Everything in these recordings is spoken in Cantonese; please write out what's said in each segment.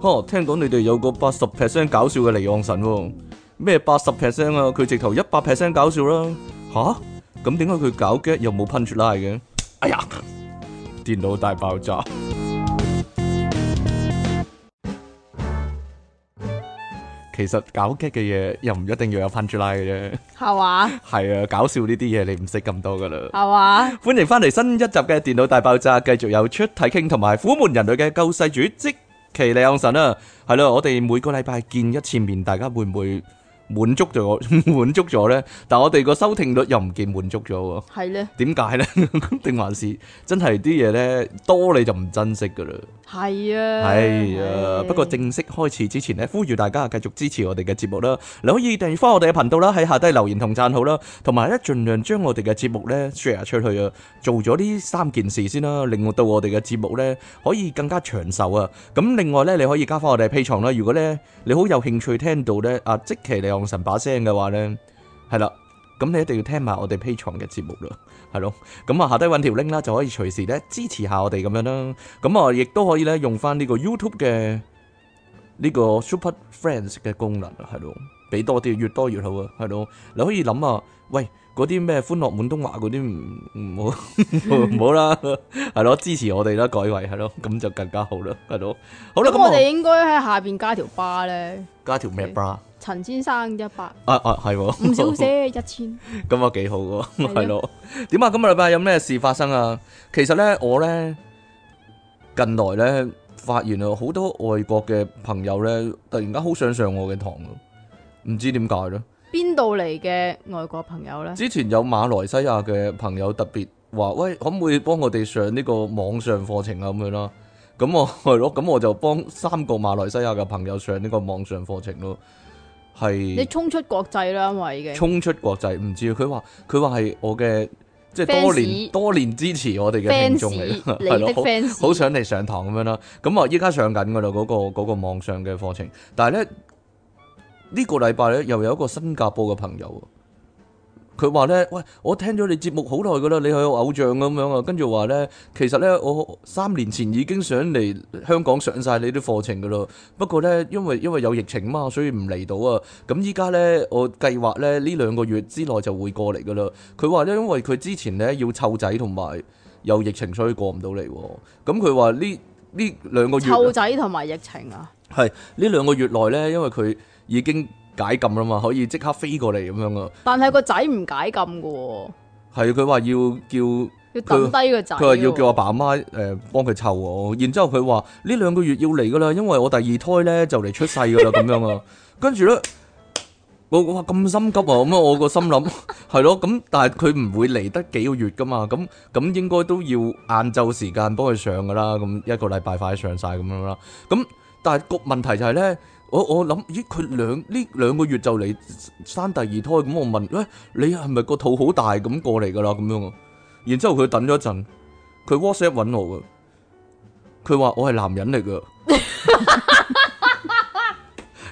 呵，哦聽講你哋有個八十 percent 搞笑嘅離岸神喎，咩八十 percent 啊？佢直頭一百 percent 搞笑啦。吓？咁點解佢搞 get 又冇 punch line 嘅？哎呀，電腦大爆炸！其實搞 get 嘅嘢又唔一定要有 punch line 嘅啫。係嘛？係啊，搞笑呢啲嘢你唔識咁多噶啦。係嘛？欢迎翻嚟新一集嘅電腦大爆炸，繼續有出體傾同埋虎門人類嘅救世主即其利昂神啊，係咯，我哋每個禮拜見一次面，大家會唔會滿足咗？ 滿足咗呢？但我哋個收聽率又唔見滿足咗喎，係咧，點解呢？ 定還是真係啲嘢呢？多你就唔珍惜噶啦？係啊，系啊，不過正式開始之前咧，呼籲大家繼續支持我哋嘅節目啦。你可以訂閱翻我哋嘅頻道啦，喺下低留言同讚好啦，同埋咧盡量將我哋嘅節目咧 share 出去啊。做咗呢三件事先啦，令到我哋嘅節目咧可以更加長壽啊。咁另外咧，你可以加翻我哋 P 床啦。如果咧你好有興趣聽到咧阿即其利昂神把聲嘅話咧，係啦。咁你一定要聽埋我哋 P 床嘅節目啦，係咯。咁啊，下低揾條 link 啦，就可以隨時咧支持下我哋咁樣啦。咁啊，亦都可以咧用翻呢個 YouTube 嘅呢個 Super Friends 嘅功能啊，係咯，俾多啲，越多越好啊，係咯。你可以諗啊，喂，嗰啲咩歡樂滿東華嗰啲唔唔好 唔好啦，係咯，支持我哋啦，改為係咯，咁就更加好啦，係咯。好啦，咁咁我我哋應該喺下邊加條巴咧，加條咩 bra 陳先生一 百，啊啊，係喎，唔少寫一千，咁啊幾好喎，係咯 係咯。點啊？今日禮拜有咩事發生啊？其實咧，我咧近來咧發現啊，好多外國嘅朋友咧，突然間好想上我嘅堂咯，唔知點解咧。邊度嚟嘅外國朋友咧？之前有馬來西亞嘅朋友特別話：喂，可唔可以幫我哋上呢個網上課程啊？咁樣啦。咁我 係咯，咁我就幫三個馬來西亞嘅朋友上呢個網上課程咯，係你衝出國際啦，因為已經衝出國際，唔知佢話佢話係我嘅即係多 Fans 年多年支持我哋嘅 fans，聽眾 嚟，你係的咯，好 fans，好想嚟上堂咁樣啦。咁啊我依家上緊噶啦，嗰、個嗰、個網上嘅課程。但係咧呢、個禮拜咧又有一個新加坡嘅朋友喎，佢話咧：喂，我聽咗你節目好耐噶啦，你係我偶像咁樣啊。跟住話咧，其實咧我三年前已經想嚟香港上晒你啲課程噶啦，不過咧因為因為有疫情嘛，所以唔嚟到啊。咁依家咧我計劃咧呢兩個月之內就會過嚟噶啦。佢話咧因為佢之前咧要湊仔同埋。有疫情，所以過唔到嚟喎。咁佢話呢呢兩個月湊仔同埋疫情啊，係呢兩個月內呢，因為佢已經解禁啦嘛，可以即刻飛過嚟咁樣啊。但係個仔唔解禁嘅喎，係佢話要要抌低個叫仔喎。佢話要叫阿爸阿媽誒幫佢湊我，然之後佢話呢兩個月要嚟噶啦，因為我第二胎呢就嚟出世 噶啦咁樣啊。跟住呢，我我話咁心急啊，咁啊我個心諗 係咯，咁但係佢唔會嚟得幾個月噶嘛，咁咁應該都要晏晝時間幫佢上噶啦，咁一個禮拜快上晒咁樣啦。咁但係個問題就係咧，我我諗，咦佢兩呢兩個月就嚟生第二胎，咁我問，喂你係咪個肚好大咁過嚟㗎啦？咁樣啊，然之後佢等咗一陣，佢 WhatsApp 揾我㗎，佢話我係男人嚟㗎，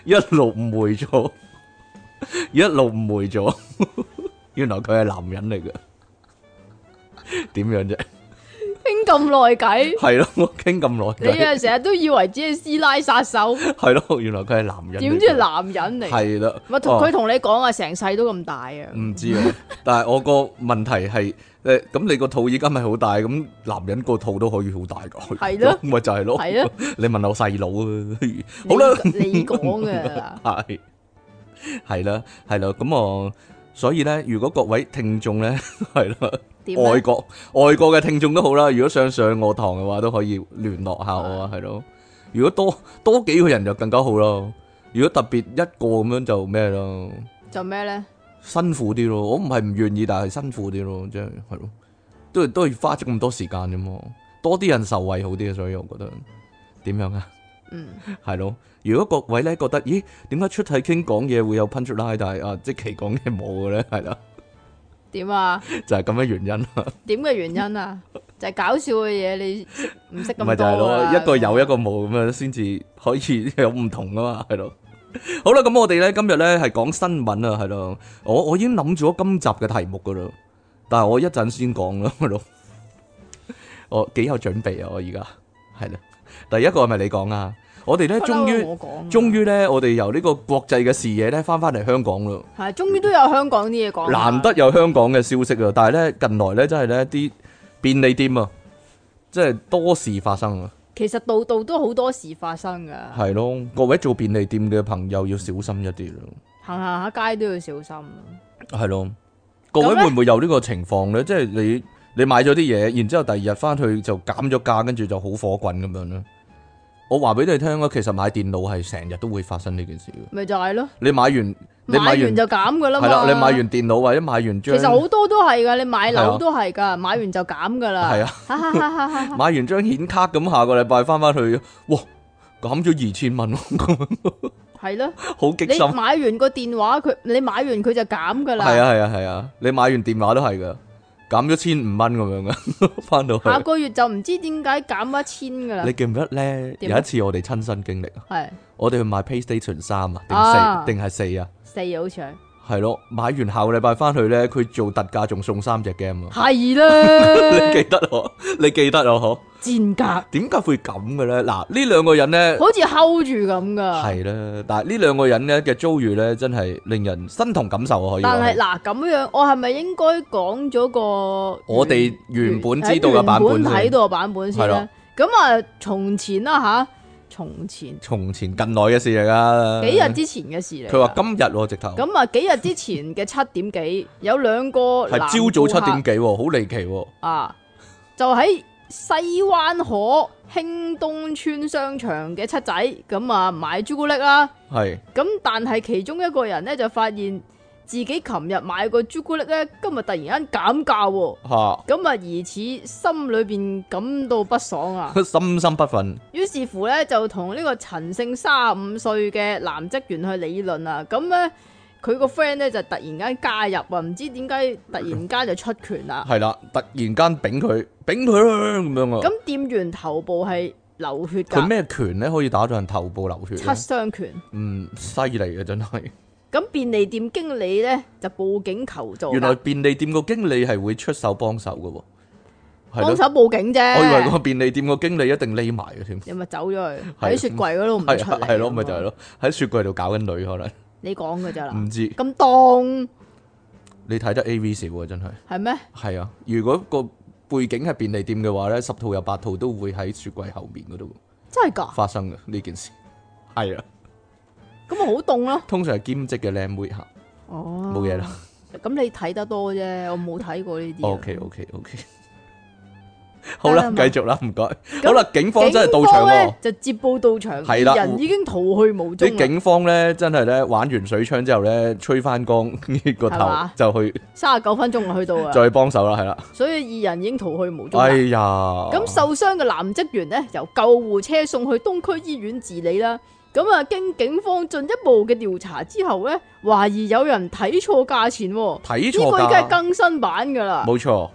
一路誤會咗，一路誤會咗， 原來佢係男人嚟㗎，點樣啫？傾咁 耐偈，係咯，我傾咁耐你偈。啊成日都以為只係師奶殺 手，系咯，原來佢係男人嚟嘅。點知係男人嚟？係啦，咪同佢哦同你講啊，成世都咁大啊！唔知啊。但係我個問題係诶，誒咁你個肚而家咪好大，咁男人個肚都可以好大㗎。係咯咪就係咯。係咯，你問我細佬啊，你好啦。你講 嘅系系啦，系啦，咁啊，所以咧，如果各位聽眾咧， 係啦，點外咧？國外國嘅聽眾都好啦，如果想上我堂嘅話，都可以聯絡下我啊，係咯。如果多多幾個人就更加好咯。如果特別一個咁樣就咩咯，就咩咧？辛苦啲咯。我唔係唔願意，但係辛苦啲咯，即係係咯，都係都係花咗咁多時間啫嘛。多啲人受惠好啲，啊所以我覺得點樣啊？嗯，係咯，如果各位咧覺得，咦，點解出體傾講嘢會有 punch line，但係啊即期講嘢冇嘅咧？係啦，點啊？ 就係咁嘅原因啦。點嘅原因啊？就係搞笑嘅嘢，你識唔識咁咪多就係啊咯，一個有一個冇咁樣，先至可以 有唔同啊嘛，係咯。好啦，咁我哋咧今日咧係講新聞啊，係咯。我我已經諗咗今集嘅題目噶啦，但係我一陣先講啦， 係咯。我幾有準備啊，我而家係啦。第一個係咪你講啊？我哋咧不終嬲都於我講㗎，終於咧，我哋由呢個國際嘅視野咧翻翻嚟香港咯。係終於都有香港啲嘢講啦。難得有香港嘅消息啊！但係咧近來咧真係咧啲便利店啊，真係多事發生啊！其實度度都好多事發生㗎，係咯，各位做便利店嘅朋友要小心一啲咯。行行下街都要小心。係咯，各位咁咧會唔會有呢個情況咧？即係你你買咗啲嘢，然之後第二日翻去就減咗價，跟住就好火滾咁樣咧。我話俾你聽啊，其實買電腦係成日都會發生呢件事嘅。咪就係咯，你買完，你買買完完就減㗎啦係嘛。啦，你買完電腦或者買完其張，實好多都係㗎，你買係啊樓都係㗎，買完就減㗎啦。 係啊。哈哈哈哈哈哈，買完張顯卡咁，下個禮拜翻翻去，哇，減咗二千蚊咯，係咯。好激你心。買完個電話，佢你買完佢就減㗎啦。係啊係啊係啊，你買完電話都係噶，減咗千五蚊咁樣噶， 翻到下去。個月就唔知點解減一千㗎啦你。記唔記得咧？點啊有一次我哋親身經歷啊，係我哋去買 PlayStation 三啊，啊定四定係四啊？四好似係係咯，買完下個禮拜翻去咧，佢做特價仲送三隻 game 啊！係你 啦，記得我，你記得我嗬？賤格，點解會咁嘅咧？嗱，呢兩個人咧。好似睺住咁㗎。系啦，但系呢兩個人咧嘅遭遇咧，真係令人身同感受啊！可以話係。但係嗯嗱咁樣，我係咪應該講咗個我哋原本知道嘅版本原本睇先，到嘅版本先係咧？咁啊，從前啦吓，從前從前近來嘅事嚟噶。幾日之前嘅事嚟㗎。佢話今日喎，直頭咁啊，幾日之前嘅七點幾，有兩個 係男朝早顧七客點幾喎，好離奇喎。啊，就喺西灣河興東村商場嘅七仔咁啊買朱古力啦。係咁但係其中一個人咧就發現自己琴日買個朱古力咧，今日突然間減價喎。吓，咁啊，疑似心裏邊感到不 爽啊，心心不忿，於是乎咧就同呢個陳姓三五歲嘅男職員去理論啊，咁咧佢個 friend 咧就突然間加入啊，唔知點解突然間就出拳啊 啦。係啦，突然間丙佢，丙佢啦咁樣啊！咁店員頭部係流血佢㗎，咩拳咧可以打到人頭部流血七呢？傷拳。嗯，犀利啊，真係。咁便利店經理咧就報警求助㗎，原來便利店個經理係會出手幫手嘅喎。係幫咯，手報警啫。我以為個便利店個經理一定匿埋嘅添。你咪走咗去係啊喺雪櫃嗰度唔係出啊嚟。係咯，嗯咪就係。咯，喺雪櫃度搞緊女可能，你講㗎咋啦？唔知。咁凍你睇得 A V 少啊，真係。係咩？係啊，如果個背景係便利店嘅話咧，十套有八套都會喺雪櫃後面嗰度真係㗎？發生嘅呢件事。係啊，咁咪好凍咯。通常係兼職嘅靚妹客，哦，冇嘢啦。。哦咁你睇得多啫，我冇睇過呢啲啊。 O K O K O K，好啦，繼得啦續啦，嘛唔該。好啦，警方真係到警場方喎咧。就接報到場，係啦二人已經逃去無蹤啊啲啦。警方咧，真係咧玩完水槍之後咧，吹翻光 個係頭嘛就去三十九分鐘就去到啊，再幫手啦，係啦。所以二人已經逃去無蹤哎啦。呀，咁受傷嘅男職員呢，由救護車送去東區醫院治理啦。咁啊，經警方進一步嘅調查之後呢，懷疑有人睇錯價錢喎。睇呢錯個已經係㗎，更新版噶啦。冇錯，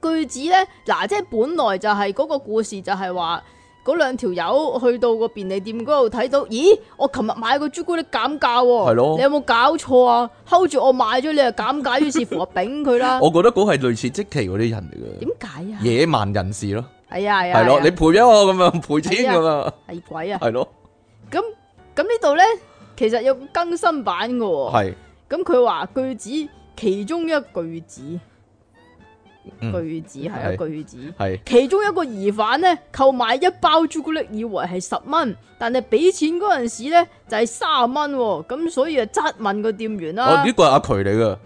句子呢，嗱，即係本來就係嗰個故事就係話嗰兩條友去到個便利店嗰度睇到，咦，我琴日買個朱古力減價喎，係咯你有冇搞錯啊？hold 住我買咗你又減價，於是乎我丙佢啦。我覺得嗰係類似即期嗰啲人嚟啊點嘅，解啊？野蠻人士咯。係啊係啊，係咯，係你啊賠俾我 咁樣，賠錢咁樣，係鬼啊！係咯，咁咁呢度呢，其實有更新版嘅喎。係咁佢話句子其中一個句子，嗯句子係啊係句子。係其中一個疑犯呢，購買一包朱古力，以為係十蚊，但係俾錢嗰陣時咧就係三十蚊喎，咁所以啊質問個店員哦，啦呢，個係阿渠嚟噶，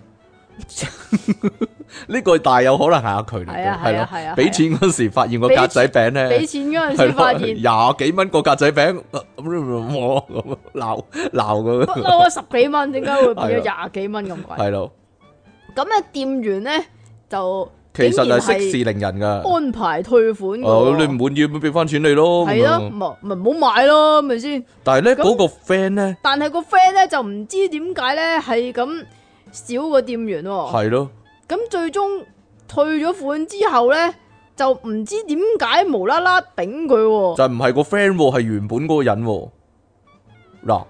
呢個大有可能係阿渠嚟係啊嘅，係係啊係啊咯，俾錢嗰時發現個格仔餅俾咧，錢嗰陣係時發咯，現 廿幾蚊個格仔餅，呃咁 樣鬧鬧不佢，嬲啊十幾蚊，點解 會變咗係啊廿幾蚊咁貴？係咯，咁咧店員呢，就其實竟然係息事寧人噶，安排退款㗎哦，你唔喎，滿意咪俾翻錢你咯，咁係咯，樣咪咪唔好買咯，咪先。但係咧咁嗰個 friend 咧但係個 friend 咧就唔知點解咧係咁少個店員喎。係咯，咁最終退咗款之後咧，就唔知點解無啦啦頂佢喎，就唔係個 friend 喎，係原本嗰個人喎，嗱。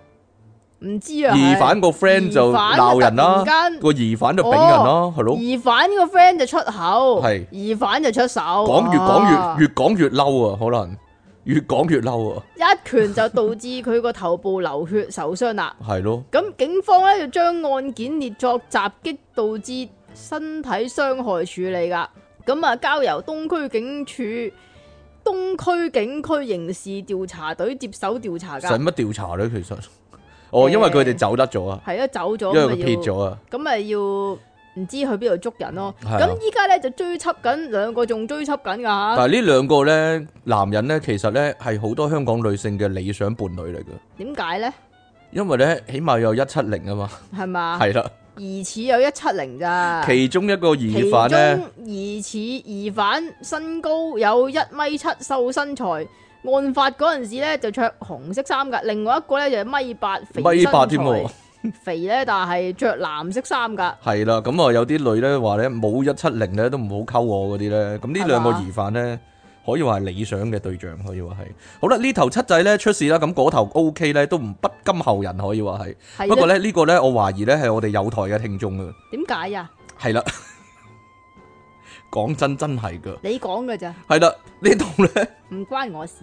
唔知啊。疑 係犯個 friend 就疑犯啊鬧人啦突然，間哦個疑犯就丙人啦，係咯，疑犯個 friend 就出口，係疑犯就出手。講越講啊越越講越嬲啊，可能越講越嬲啊，一拳就導致佢個頭部流血受傷啦。係咯，咁警方咧就將案件列作襲擊導致身體傷害處理噶，咁啊交由東區警署東區警區刑事調查隊接手調查使噶，乜調查咧？其實，哦，因為佢哋走得咗啊，係啊走咗因為佢咪撇要，咗啊，咁咪要唔知去邊度捉人咯。係啊咁依家咧就追緝緊兩個，仲追緝緊噶嚇，但係呢兩個咧男人咧，其實咧係好多香港女性嘅理想伴侶嚟嘅，點解咧？因為咧起碼有一七零啊嘛，係嘛？係啦，疑似有一七零咋。其中一個疑啊其犯咧中疑似疑犯身高有一米七，瘦身材。案發嗰陣時咧就着紅色衫噶，另外一個咧就係米八肥米八添身喎材，肥咧但係着藍色衫噶，係啦，咁啊有啲女咧話咧冇一七零咧都唔好溝我嗰啲咧，咁呢兩個係嘛疑犯咧可以話係理想嘅對象，可以話係。好啦，呢頭七仔咧出事啦，咁嗰頭 O K 咧都唔不甘後人，可以話係。係不過咧咧呢個咧我懷疑咧係我哋有台嘅聽眾啊，點解啊？係啦， 講真真係噶，你講嘅咋，係啦呢度咧。唔關我事。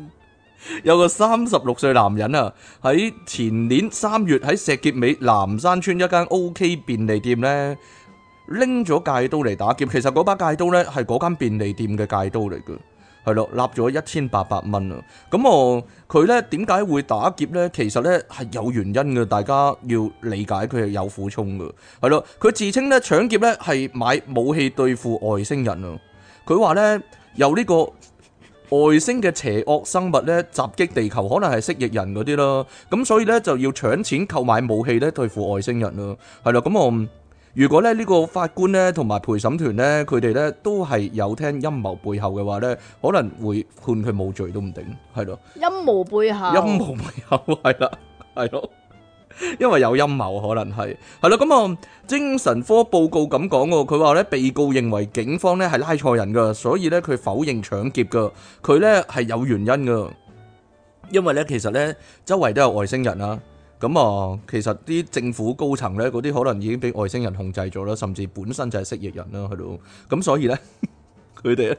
有個三十六歲男人啊，喺前年三月喺石硤尾南山村一間 O.K. 便利店呢，拎咗戒刀嚟打劫。其實嗰把戒刀呢，係嗰間便利店嘅戒刀嚟嘅，係咯，立咗一千八百蚊啊。咁我佢呢點解會打劫呢？其實呢係有原因嘅，大家要理解佢係有苦衷嘅，係咯。佢自稱呢搶劫呢係買武器對付外星人啊。佢話呢，由呢、個。外星嘅邪惡生物咧襲擊地球，可能係蜥蜴人嗰啲啦，咁所以咧就要搶錢購買武器咧對付外星人啦，係啦，咁我唔如果咧呢個法官咧同埋陪審團咧，佢哋咧都係有聽陰謀背後嘅話咧，可能會判佢冇罪都唔定，係咯，陰謀背後，陰謀背後係啦， 係咯。因為有陰謀，可能係係咯咁啊！精神科報告咁講喎，佢話咧被告認為警方咧係拉錯人噶，所以咧佢否認搶劫噶，佢咧係有原因噶，因為咧其實咧周圍都有外星人啦。咁啊，其實啲政府高層咧，嗰啲可能已經俾外星人控制咗啦，甚至本身就係蜥蜴人啦，喺度。咁所以咧， 佢哋咧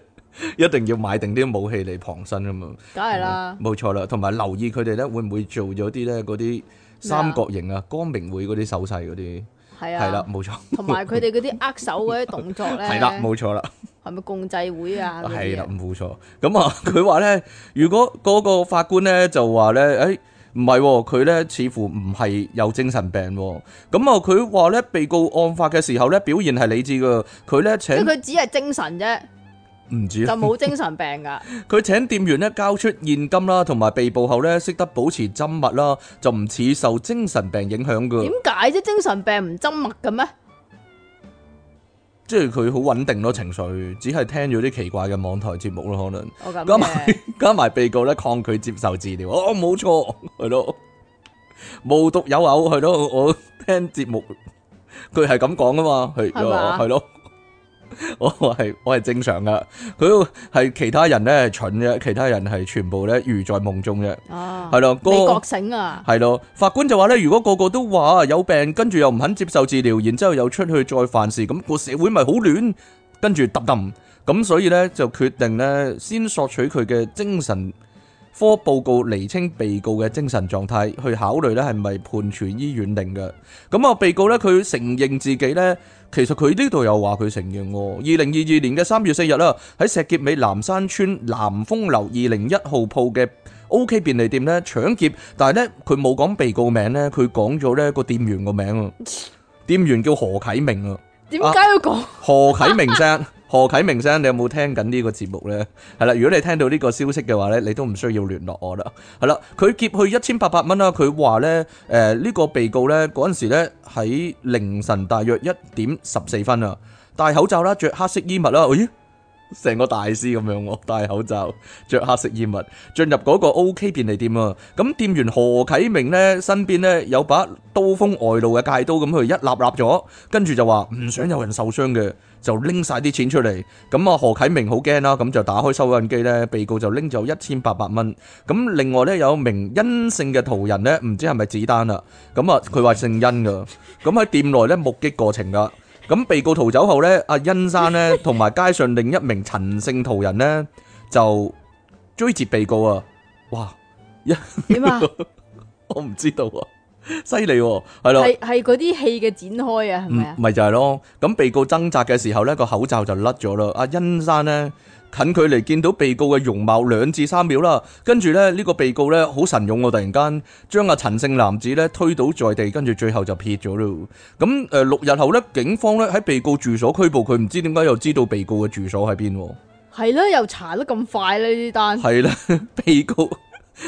一定要買定啲武器嚟傍身啊嘛。梗係啦，冇錯啦，同埋留意佢哋咧會唔會做咗啲咧嗰啲三角形啊、光明會嗰啲手勢嗰啲，係係啦啊，，冇錯，同埋佢哋嗰啲握手嗰啲動作咧，係啦，冇錯啦，係咪共濟會啊？嗰啲係啦，嘢冇錯。咁啊， 佢話咧，如果嗰個法官咧就話咧，誒唔係喎，佢咧似乎唔係有精神病喎。咁啊，佢話咧被告案發嘅時候咧表現係理智嘅，佢咧即請係佢只係精 神啫，唔止就啊冇精神 病噶。佢請店員咧交出現金啦，同埋被捕後咧識得保持緘默啦，就唔似受精神病影響嘅點。解啫？精神病唔針墨嘅咩？即係佢好穩定咯情緒，只係聽咗啲奇怪嘅網台節目咯，可能我加咁嘅埋 加埋被告咧抗拒接受治療，哦冇錯，係咯，無獨有偶係咯，我聽節目佢係咁講噶嘛，係哦係嘛係咯， 我係我係正常噶，佢係其他人咧係蠢啫，其他人係全部咧如在夢中啫，啊， 係咯，未嗰個覺醒啊，係咯，法官就話咧，如果個個都話有病，跟住又唔肯接受治療，然之後又出去再犯事，咁、個社會咪好亂，跟住揼揼，咁所以咧就決定咧先索取佢嘅精神科報告，釐清被告嘅精神狀態，去考慮咧係咪判處醫院令嘅。咁啊，被告咧佢承認自己咧，其實佢呢度又話佢承認喎。二零二二年嘅三月四日啦，喺石硤尾南山村南風樓二零一號鋪嘅 O.K. 便利店咧搶劫，但係咧佢冇講被告名咧，佢講咗咧個店員個名啊，店員叫何啟明啊。點解要 講？何啟明聲， 何啟明聲，你有冇聽緊呢個節目呢？係啦，如果你聽到呢個消息嘅話呢，你都唔需要聯絡我啦。係啦，佢劫去一千八百蚊啦，佢話呢，誒、呢個被告呢，嗰陣時呢喺凌晨大約一點十四分啊，戴口罩啦，着黑色衣物啦，咦？ 成個大師咁樣喎，戴口罩，着黑色衣物，進入嗰個 O.K. 便利店啊！咁店員何啟明呢，身邊呢有把刀鋒外露嘅戒刀，咁佢一立立咗，跟住就話唔想有人受傷嘅，就拎晒啲錢出嚟。咁啊，何啟明好驚啦，咁就打開收銀機呢，被告就拎走一千八百蚊。咁另外呢，有一名殷姓嘅途人呢，唔知係咪子丹啦，咁啊佢話姓殷噶，咁喺店內呢，目擊過程噶。咁被告逃走後呢，阿殷生呢，同埋街上另一名陳姓途人呢，就追截被告啊，哇！点啊？我唔知道啊，犀利喎，係系咯。系嗰啲戲嘅展開啊，係咪啊唔？咪就係咯。咁被告掙扎嘅時候呢，個口罩就甩咗啦。阿欣山呢，近距離見到被告嘅容貌兩至三秒啦，跟住呢，呢、個被告呢，好神勇喎，突然間將阿陳姓男子呢推倒在地，跟住最後就撇咗咯。咁誒、呃六日後呢，警方呢喺被告住所拘捕佢，唔知點解又知道被告嘅住所喺邊喎。係啦，又查得咁快咧呢單，系啦， 被告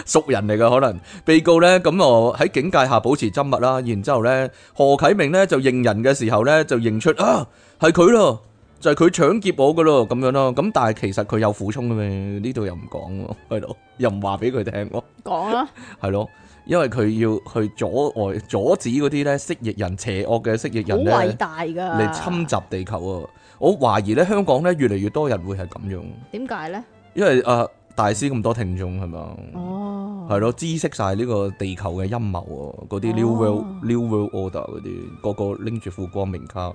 熟人嚟嘅可能，被告呢，咁我喺警戒下保持緘默啦，然之后咧何啟明呢，就認人嘅時候呢，就認出啊係佢咯，就係佢搶劫我噶咯咁樣咯，咁但係其實佢有苦衷嘅咩？呢度又唔講喎，係咯，又唔話俾佢聽喎，講啦，係咯，因為佢要去阻礙阻止嗰啲呢蜥蜴人邪惡嘅蜥蜴好人呢偉大啊噶。嚟侵襲地球啊！我懷疑呢，香港呢，越嚟越多人會係咁樣，點解咧？因為啊、呃大師咁多聽眾係咪啊？哦，係咯，知識晒呢個地球嘅陰謀喎，嗰啲 New 哦 World、New World Order 嗰啲，個個拎住副光明卡，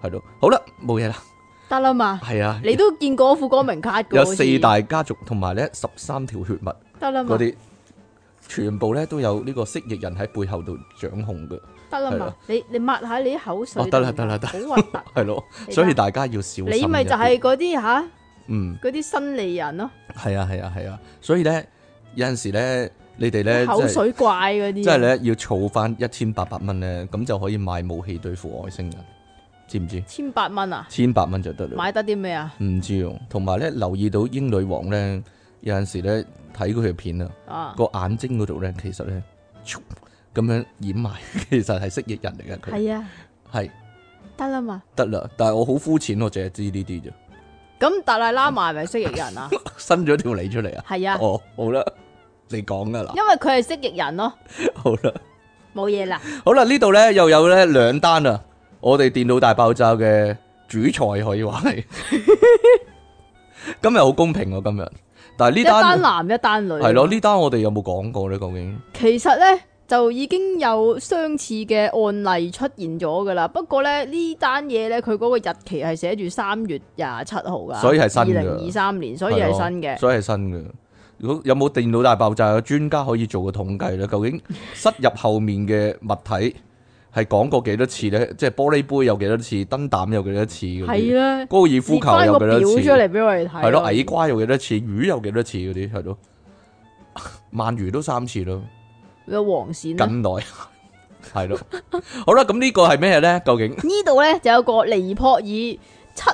係咯，好啦，冇嘢啦， 得啦嘛，係啊，你都見過副光明卡噶，有好似四大家族同埋咧十三條血脈得啦嘛嗰，啲，全部咧都有呢個蜥蜴人喺背後度掌控嘅，得啦係嘛啊，你你抹下你啲口哦水，得啦得啦得好核突。係咯，你所以睇大家要小心一啲。你咪就係嗰啲吓，嗯，嗰啲新嚟人咯，係啊係啊係啊，所以咧有陣時咧，你哋咧口真係水啊怪嗰啲。即係咧要儲翻一千八百蚊咧，咁就可以買武器對付外星人，知唔知？千八蚊啊，千八蚊就得啦。買得啲咩啊？唔知喎，同埋咧留意到英女王咧，有陣時咧睇佢嘅片啊，啊，個眼睛嗰度咧其實咧咁樣掩埋， 其實係蜥蜴人嚟嘅佢，係啊，係得啦嘛。得啦。但係我好膚淺，我淨係知呢啲啫， 咁達賴喇嘛係咪蜥蜴人啊？伸咗條脷出嚟啊！係啊，哦，好啦，你講噶啦，因為佢係蜥蜴人咯，好啦。冇嘢啦。好啦，呢度咧又有咧兩單啊！我哋電腦大爆炸嘅主菜可以話 係，今日好公平喎、今日，但係一呢單單男一單女。係咯，呢單我哋有冇講過咧？究竟其實咧就已經有相似嘅案例出現咗噶啦，不過咧呢單嘢咧佢嗰個日期係寫住三月廿七號噶，所以係新㗎二零二三年，所以係新嘅。所以係新嘅。如果有冇電腦大爆炸嘅專家可以做個統計咧？究竟 塞入後面嘅物體係講過幾多次咧？即係玻璃杯有幾多次，燈膽有幾多次嗰係啊啲，啦，高爾夫球列翻個表有出幾多次？嚟俾我哋睇。啊係咯，矮瓜有幾多次，魚有幾多次嗰啲係咯，鰻魚都三次咯。有黃線啊啦。近來 係咯，好啦，咁呢個係咩咧？究竟呢度咧就有個尼泊爾七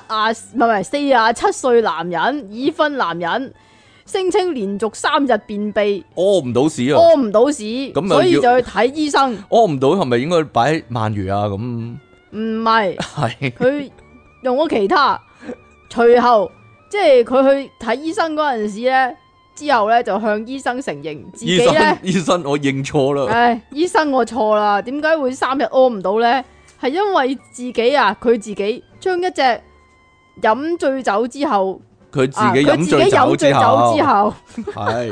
啊唔係唔系四啊七歲男人已婚男人，聲稱連續三日便秘，屙唔到屎啊？屙唔到屎，咁又所以要就去睇醫生。屙唔到係咪應該擺鰻魚啊？咁唔係。係佢用咗其他，隨後即係佢去睇醫生嗰陣時咧，之後咧就向醫生承認自己醫生咧，，醫生，我認錯啦。唉，醫生我錯啦，點解會三日屙唔到咧？係因為自己啊，佢自己將一隻飲醉酒之後，佢自啊己佢自飲己醉酒飲醉之酒後，之後，係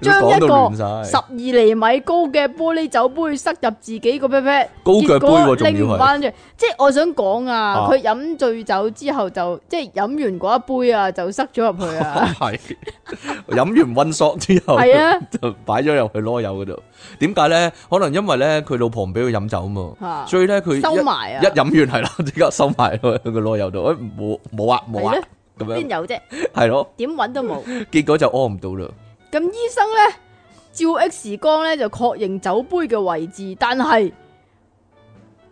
都 將講一到亂個十晒。二厘米高嘅玻璃酒杯塞入自己個 pat pat，高腳杯喎結果仲要係拎唔翻住。即係我想講啊啊，佢飲醉酒之後就即係飲完嗰一杯啊，就塞咗入去啊。係飲完温索之後，係啊， 就擺咗入去籮柚嗰度。點解咧？可能因為咧佢老婆唔俾佢飲酒啊嘛，嚇所以咧佢收一埋啊一，飲完係啦， 即刻收埋佢個籮柚度。誒冇冇啊冇係啊咧咁樣邊。有啫？係咯，點揾都冇。結果就屙唔到啦。咁醫生咧照 X 光咧就確認酒杯嘅位置，但係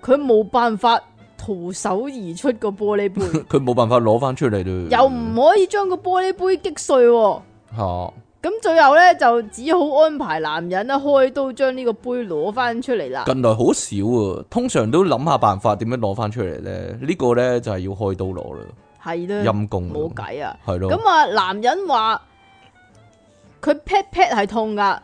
佢冇辦法徒手移出個玻 璃杯，佢冇辦法攞翻出嚟咯。又唔可以將個玻璃杯擊碎喎。吓？咁最後咧就只好安排男人咧開刀將呢個杯攞翻出嚟啦。 近來好少啊，通常都諗下辦法點樣攞翻出嚟咧。呢個咧就係要開刀攞啦，係啦，陰公嗯冇啦，計啊。係咯，咁啊，男人話佢 pat pat 係痛噶，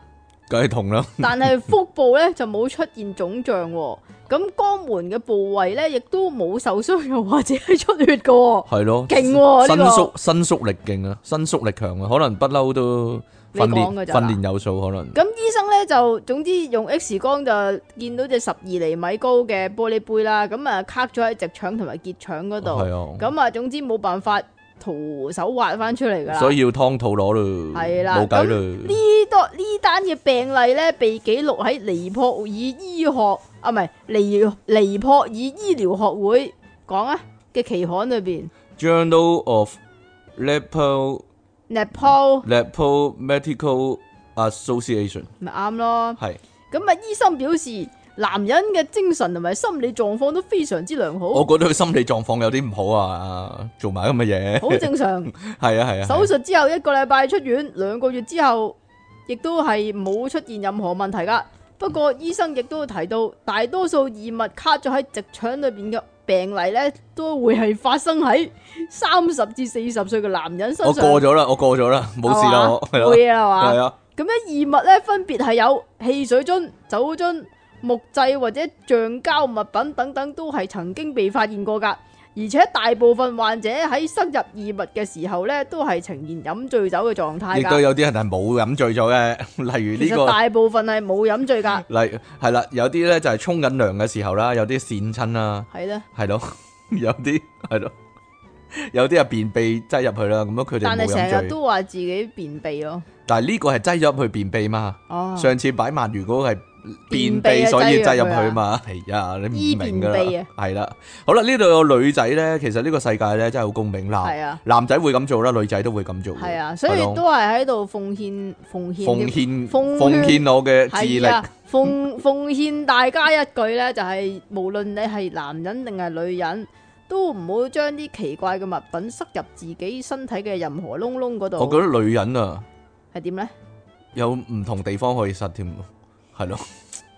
梗係痛啦， 但係腹部咧就冇出現腫脹喎。咁肛門嘅部位咧亦都冇受傷又或者係出血噶、喎。係咯，勁喎伸呢個縮伸縮力勁啊，伸縮力強啊，可能不嬲都你訓講練㗎咋訓練有素，可能咁醫生咧就總之用 X 光就見到隻十二厘米高嘅玻璃杯啦，咁啊卡咗喺直腸同埋結腸嗰度。係啊。咁啊，總之冇辦法徒手挖翻出嚟噶啦。所以要劏肚攞咯，係啦冇計咁咯呢。多呢單嘅病例咧，被記錄喺尼泊爾醫學啊，唔係尼尼泊爾醫療學會講啊嘅期刊裏邊 Journal of Lepo ，Nepal Lepo Medical Association 咪啱咯。係，咁啊，醫生表示男人嘅精神同埋心理狀況都非常之良好我，覺得佢心理狀況有啲唔好啊，做埋咁嘅嘢，好正常。係 啊係啊，手係啊術之後一個禮拜出院，兩個月之後亦都係冇出現任何問題噶。不過醫生亦都提到，大多數異物卡咗喺直腸裏邊嘅病例呢，都會係發生喺三十至四十歲嘅男人身上。我過咗啦，我過咗啦，冇事啦，我係係嘛冇咯，嘢啦嘛係。啊，咁咧異物咧分別係有汽水樽、酒樽、木製或者橡膠物品等等，都係曾經被發現過噶。而且大部分患者喺塞入異物嘅時候咧，都係呈現飲醉酒嘅狀態亦都㗎。有啲人係冇飲醉咗嘅， 例如其呢實個。嗯大部分係冇飲醉㗎，例係啦，有啲咧就係沖緊涼嘅時候啦，有啲跣親啦，係啦。係咯， 有啲係咯，有啲係便秘擠入去啦，咁樣佢哋但冇係飲成醉日。都話自己便秘咯。但係呢個係擠咗入去便秘嘛，哦，上次擺鰻魚嗰個係便便秘秘，啊所以擠擠入入去啊去嘛， 係啊，你醫唔便明噶啦秘啊，係啦，好啦，呢度有女仔咧，其實呢個世界咧真係好公平啦係，啊，男仔會咁做啦，女仔都會咁做嘅，係啊，所以係咯都係喺度奉獻奉獻奉添獻奉奉獻我嘅智系力，啊，奉奉獻大家一句咧，就係、無論你係男人定係女人，都唔好將啲奇怪嘅物品塞入自己身體嘅任何窿窿嗰我覺度。得女人啊係點咧？有唔同地方可以塞添，係咯。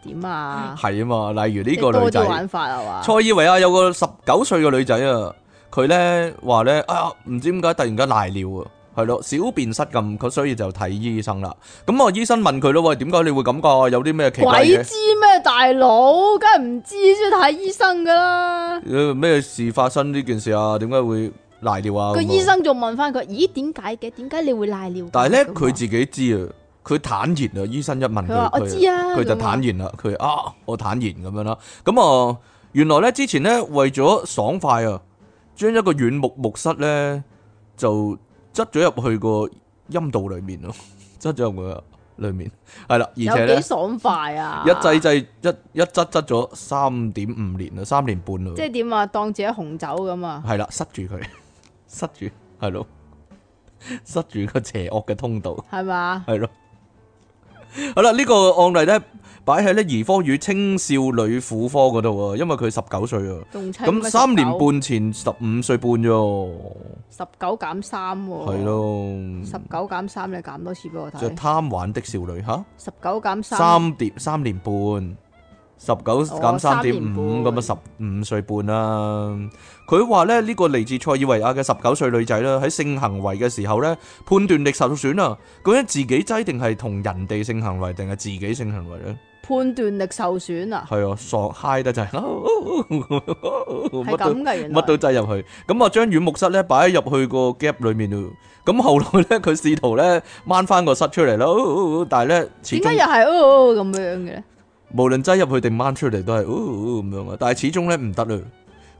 點啊？系啊嘛，例如呢即係個女多仔，啲塞玩法啊嘛？爾維亞有個十九歲嘅女仔啊，佢咧話咧啊，唔知點解突然間瀨尿啊，係咯，小便失禁，佢所以就睇醫生啦。咁啊，醫生問佢咯，喂，點解你會咁噶？有啲咩奇怪鬼嘢？知咩大佬，梗係唔知先睇醫生噶啦。呃咩事發生呢件事啊？點解會瀨尿啊？咁個啊醫生仲問翻佢：咦，點解嘅？點解你會賴尿㗎？但係咧，咁啊佢自己知啊，佢坦然啊。醫生一問佢話佢，我知啊佢就咁啊坦然啦。佢啊，我坦然咁樣啦。咁啊，原來咧之前咧為咗爽快啊，將一個軟木木塞咧就擠咗入去個陰道裡面咯， 擠咗入去裡面係啦，而且有咧幾爽快啊！一擠擠一一擠擠咗三點五年啦，三年半啦，即係點啊？當自己紅酒咁啊！係啦，塞住佢， 塞住係咯，塞住個邪惡嘅通道。係嘛？系咯。 好啦，呢、個案例咧擺喺咧兒科與青少女婦科嗰度啊，因為佢十九歲啊，仲差咁三年啊半前十五歲半啫，哦十九減三喎，係，咯，十九減三你減多次俾我就睇，貪玩的少女吓，十九減三，哦三點三年半，十九減三三點年五半咁啊，十五歲半啦。佢話咧呢個嚟自塞爾維亞嘅十九歲女仔啦，喺性行為嘅時候咧判斷力受損啊，究竟自己擠定係同人哋性行為定係自己性行為咧？判斷力受損啊，係啊，索嗨得滯，係 乜都咁嘅原來乜都擠入去。咁啊，將軟木塞咧擺入去個 gap 裏面咯。咁後來咧，佢試圖咧掹翻個塞出嚟啦，但係咧始點解又終係哦咁樣嘅咧？無論擠入去定掹出嚟都係咁樣啊。但係始終咧唔得啦。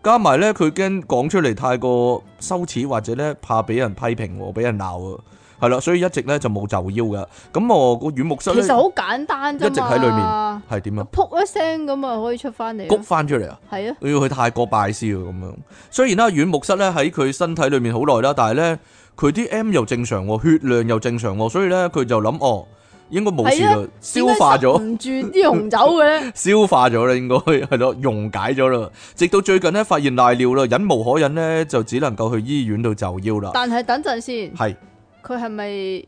加埋咧，佢驚講出嚟太過羞恥，或者咧怕俾人批評喎，俾人鬧啊。係啦，所以一直咧就冇就腰噶。咁我個軟木塞其咧實好簡單啫嘛，一直喺裏面係點啊？噗一聲咁啊可以出翻嚟谷咯，翻出嚟啊！係啊，我要去泰國拜師喎咁樣。雖然啦，軟木塞咧喺佢身體裏面好耐啦，但係咧佢啲 M 又正常喎，血量又正常喎，所以咧佢就諗哦，應該冇事係啦，消化點解塞咗，，唔住啲紅酒嘅 咧消化咗啦，應該係咯，溶解咗啦。直到最近咧發現瀨尿啦，忍無可忍咧，就只能夠去醫院度就醫啦。但係等陣先，係佢係咪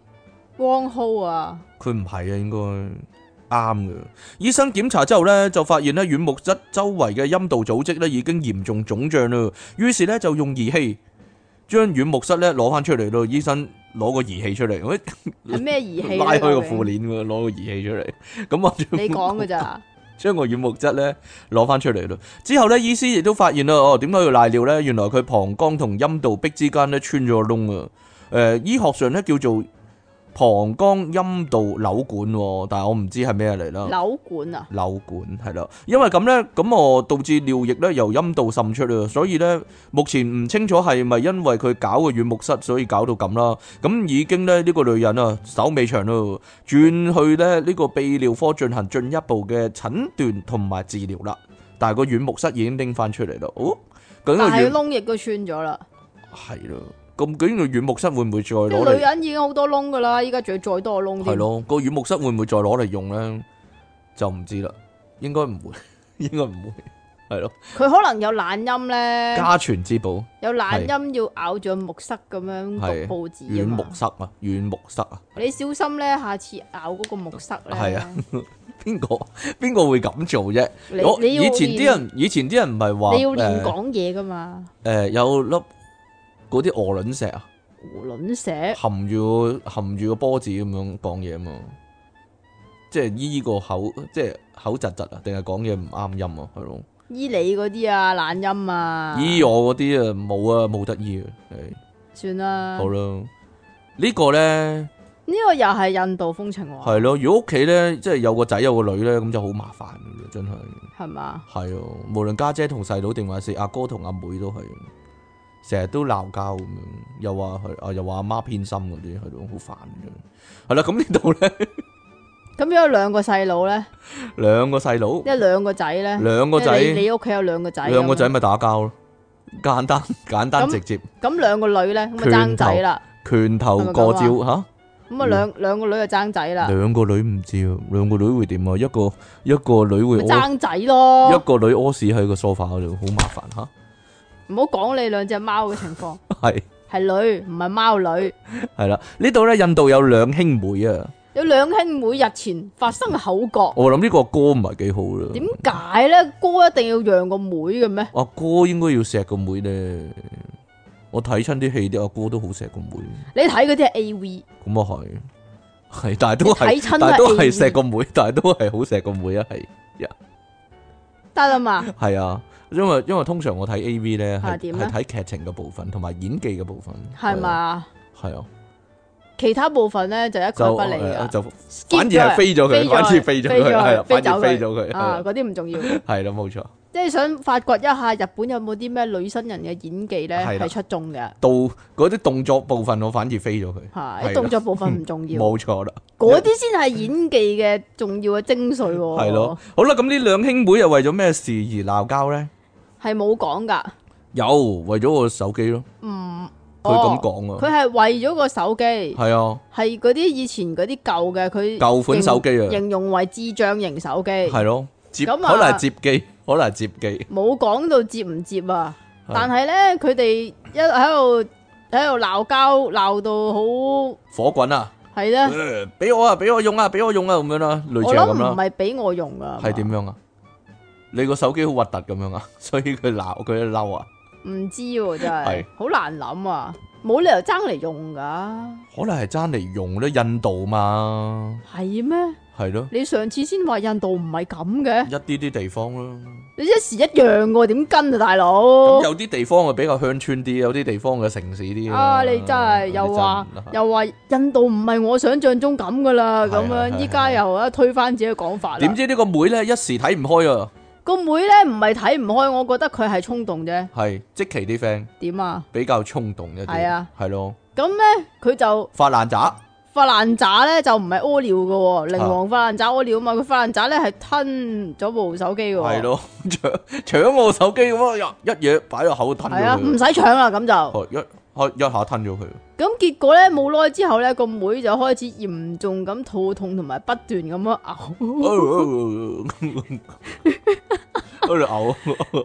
汪浩啊？佢唔係啊，應該啱嘅。醫生檢查之後咧，就發現咧軟木質周圍嘅陰道組織咧已經嚴重腫脹啦。於是咧就用儀器將軟木塞咧攞翻出嚟咯。醫生攞個儀器出嚟，喂係咩儀器啊呢？拉開個究竟褲鏈喎，攞個儀器出嚟。咁我你講 嘅咋？將個軟木質咧攞翻出嚟咯。之後咧，醫師亦都發現啦，哦，點解要瀨尿咧？原來佢膀胱同陰道壁之間咧穿咗個窿啊！誒、醫學上咧叫做膀胱陰道扭管喎，但係我唔知係咩嚟啦。扭管啊，扭管係啦，因為咁呢，咁我導致尿液呢由陰道滲出啊，所以呢，目前唔清楚係咪因為佢搞個軟木塞，所以搞到咁啦。咁已經呢，呢個女人啊手尾長咯，轉去呢，呢個泌尿科進行進一步嘅診斷同埋治療啦。但係個軟木塞已經拎翻出嚟啦。哦，究竟個但軟係窿亦都穿咗啦。係咯，咁究竟個軟木塞會唔會再攞啲嚟女？人已經好多窿噶啦，依家仲要再多個窿系添。咯，個軟木塞會唔會再攞嚟用咧？就唔知啦，應該唔會， 應該唔會，係咯，佢可能有懶音咧，家傳之寶有懶音要咬住個木塞咁樣係讀報紙軟啊木嘛。塞啊，軟木塞啊， 你小心咧，下次咬嗰個木塞咧。係啊邊個邊個會咁做啫？你我你要以前啲練人，以前啲人唔係話你要練誒講嘢噶嘛？誒有粒嗰啲鵝卵石啊，胡卵石含住個含住個波子咁樣講嘢啊嘛，即係依個口，即係口窒窒啊，定係講嘢唔啱音啊，係咯。醫你嗰啲啊，懶音啊，醫我嗰啲啊冇啊冇得醫啊，係。算啦。好啦，呢個呢，呢個又係印度風情喎，係咯，如果屋企呢，即係有個仔有個女呢，咁就好麻煩嘅，真係係嘛？係啊！無論家姐同細佬定還是阿哥同阿妹都係，成日都鬧交咁樣，又話佢啊，又話阿媽偏心嗰啲，係咯，好煩嘅。係啦，咁呢度呢， 咁如果兩個細佬咧，兩個細佬即，係兩個仔咧，兩個即係你仔，你屋企有兩個仔，兩個仔，咪打交咯，簡單簡單咁直接，咁兩個女咧，咁啊拳爭頭仔啦，拳係頭咪過咁招吓。咁啊兩兩個女就爭仔啦，兩個嗯女唔知啊，兩個女會點啊？一個一個女會咪屙爭仔咯一，個女屙屎喺個 sofa 嗰度，好麻煩吓。唔好講你兩隻貓嘅情況， 係係女唔係貓女，係啦，呢度咧印度有兩兄妹啊，有兩兄妹日前發生口角，我諗呢個哥唔係幾好啦。點解咧？哥一定要讓個妹嘅咩？阿哥應該要錫個妹咧，我睇親啲戲啲阿哥都好錫個妹，你睇嗰啲係 A V，咁啊係係，但係都你睇係，親都係但係都係 AV 錫個妹， 但係都係好錫個妹啊，係得啦嘛， 係啊，因為因為通常我睇 A V 咧係啊點咧係睇劇情嘅部分同埋演技嘅部分，係係啊？嘛？係啊，其他部分咧就一概就不理誒噶，就 skip 反而係飛咗飛佢，啊咗反而佢飛咗佢，飛咗佢係啊，飛反而咗飛佢咗佢，係啊啊，嗰啲唔重要， 係啦，冇錯。即係想發掘一下日本有冇啲咩女新人嘅演技咧係啦係出眾嘅，到嗰啲動作部分，我反而飛咗佢，吓係啦啲動作部分唔重要，冇錯啦，嗰啲先係演技嘅重要嘅精髓喎，係咯，，好啦，咁呢兩兄妹又為咗咩事而鬧交呢？係冇講噶，有為咗個手機咯，佢唔咁嗯哦講佢啊，係為咗個手機，係係啊，嗰啲以前嗰啲舊嘅，佢舊款手機啊形形容為智障型手機，係咯，接可咁啊能係接機，可能係接機，冇講到接唔接啊，係但係咧佢哋一喺度喺度鬧交，鬧到好。火滾啊，係咧，呃俾我啊，俾我用啊，俾我用啊，咁樣啦，類我似係諗咁唔啦，係俾我用啊，係點樣啊？你個手機好核突咁樣啊， 所以佢鬧佢嬲啊，唔知喎，真係係好難諗啊，冇理由爭嚟用噶，可能係爭嚟用咧，印度嘛，係咩？係咯，你上次先話印度唔係咁嘅，一啲啲地方咯。你一時一樣喎，點跟啊，大咁佬？有啲地方啊比較鄉村啲，有啲地方嘅城市啲啊！你真係又話又話印度唔係我想象中咁噶啦，係啊咁係啊樣依家又一推翻自己嘅講法點啦。知呢個妹咧一時睇唔開啊，個妹咧唔係睇唔開，我覺得佢係衝動啫。係即其啲 friend 點啊？比較衝動一啲，係啊，係咯，咁咧佢就發爛渣發爛渣咧就唔係屙尿嘅喎，靈王發爛渣屙尿啊嘛，佢發爛渣咧係吞咗部手機嘅喎，係，咯，搶搶我手機咁啊，一一嘢擺落口吞咗係啊，唔佢使搶啦咁就，哦，一開一下吞咗佢，咁結果咧冇耐之後咧個妹就開始嚴重咁肚痛同埋不斷咁樣 嘔，喺度嘔。咁